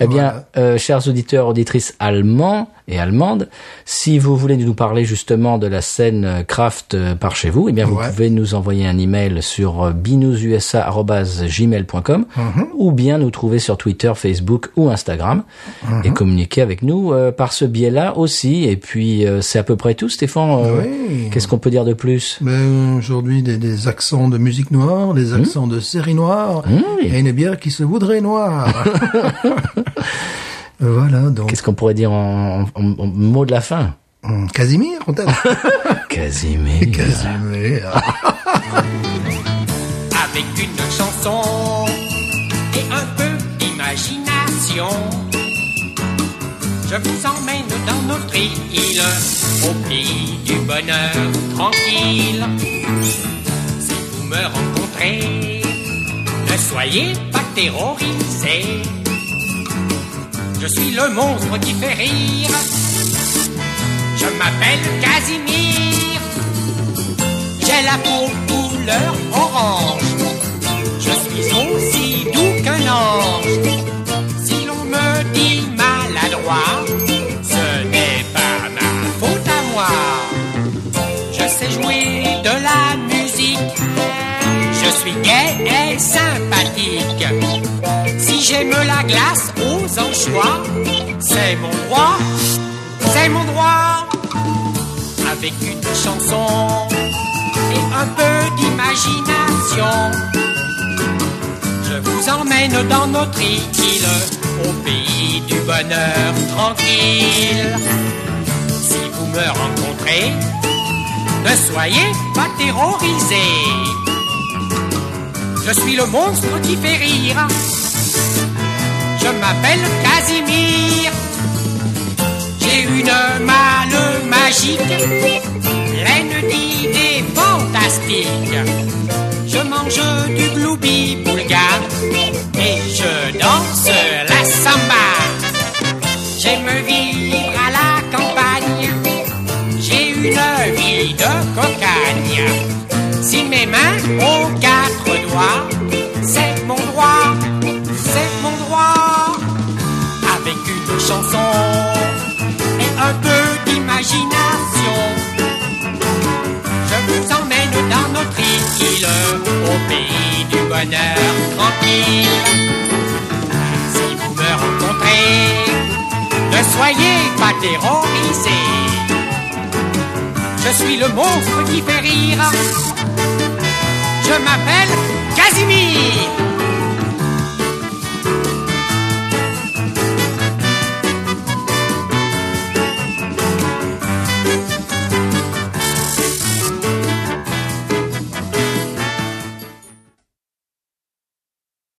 Eh bien,
Voilà.
euh, chers auditeurs, auditrices allemands et allemandes, si vous voulez nous parler justement de la scène euh, craft euh, par chez vous, eh bien, vous
Ouais.
pouvez nous envoyer un email sur euh, binoususa@gmail.com
Mhm.
ou bien nous trouver sur Twitter, Facebook ou Instagram
Mhm.
et communiquer avec nous euh, par ce biais-là aussi. Et puis, euh, c'est à peu près tout, Stéphane. euh,
Oui.
Qu'est-ce qu'on peut dire de plus
Mais euh, aujourd'hui, des, des accents de musique noire, des accents de séries noires,
Hmm. Ah Oui.
et une bière qui se voudrait noire. voilà, donc.
Qu'est-ce qu'on pourrait dire en, en- en- en mots de la fin
Hum, Casimir, on t'aime.
Casimir.
Casimir.
avec une chanson et un peu d'imagination. Je vous emmène dans notre île, au pays du bonheur tranquille. Si vous me rencontrez, ne soyez pas terrorisés. Je suis le monstre qui fait rire. Je m'appelle Casimir. J'ai la peau couleur orange. Je suis aussi doux qu'un ange. Si l'on me dit maladroit, ce n'est pas ma faute à moi. Je sais jouer de la musique. Je suis gai et sympathique. Si j'aime la glace aux anchois, c'est mon droit, c'est mon droit. Avec une chanson et un peu d'imagination. Je vous emmène dans notre île, au pays du bonheur tranquille. Si vous me rencontrez, ne soyez pas terrorisés. Je suis le monstre qui fait rire. Je m'appelle Casimir. J'ai une malle magique, pleine d'idées fantastiques. Je mange du gloubi boulgare et je danse la samba. J'aime vivre à la campagne, j'ai une vie de cocagne. Si mes mains ont quatre doigts, c'est mon droit, c'est mon droit avec une chanson et un peu d'imagination. Je vous emmène dans notre île, au pays du bonheur tranquille. Ah, Si vous me rencontrez, ne soyez pas terrorisés. Je suis le monstre qui fait rire. Je m'appelle Casimir.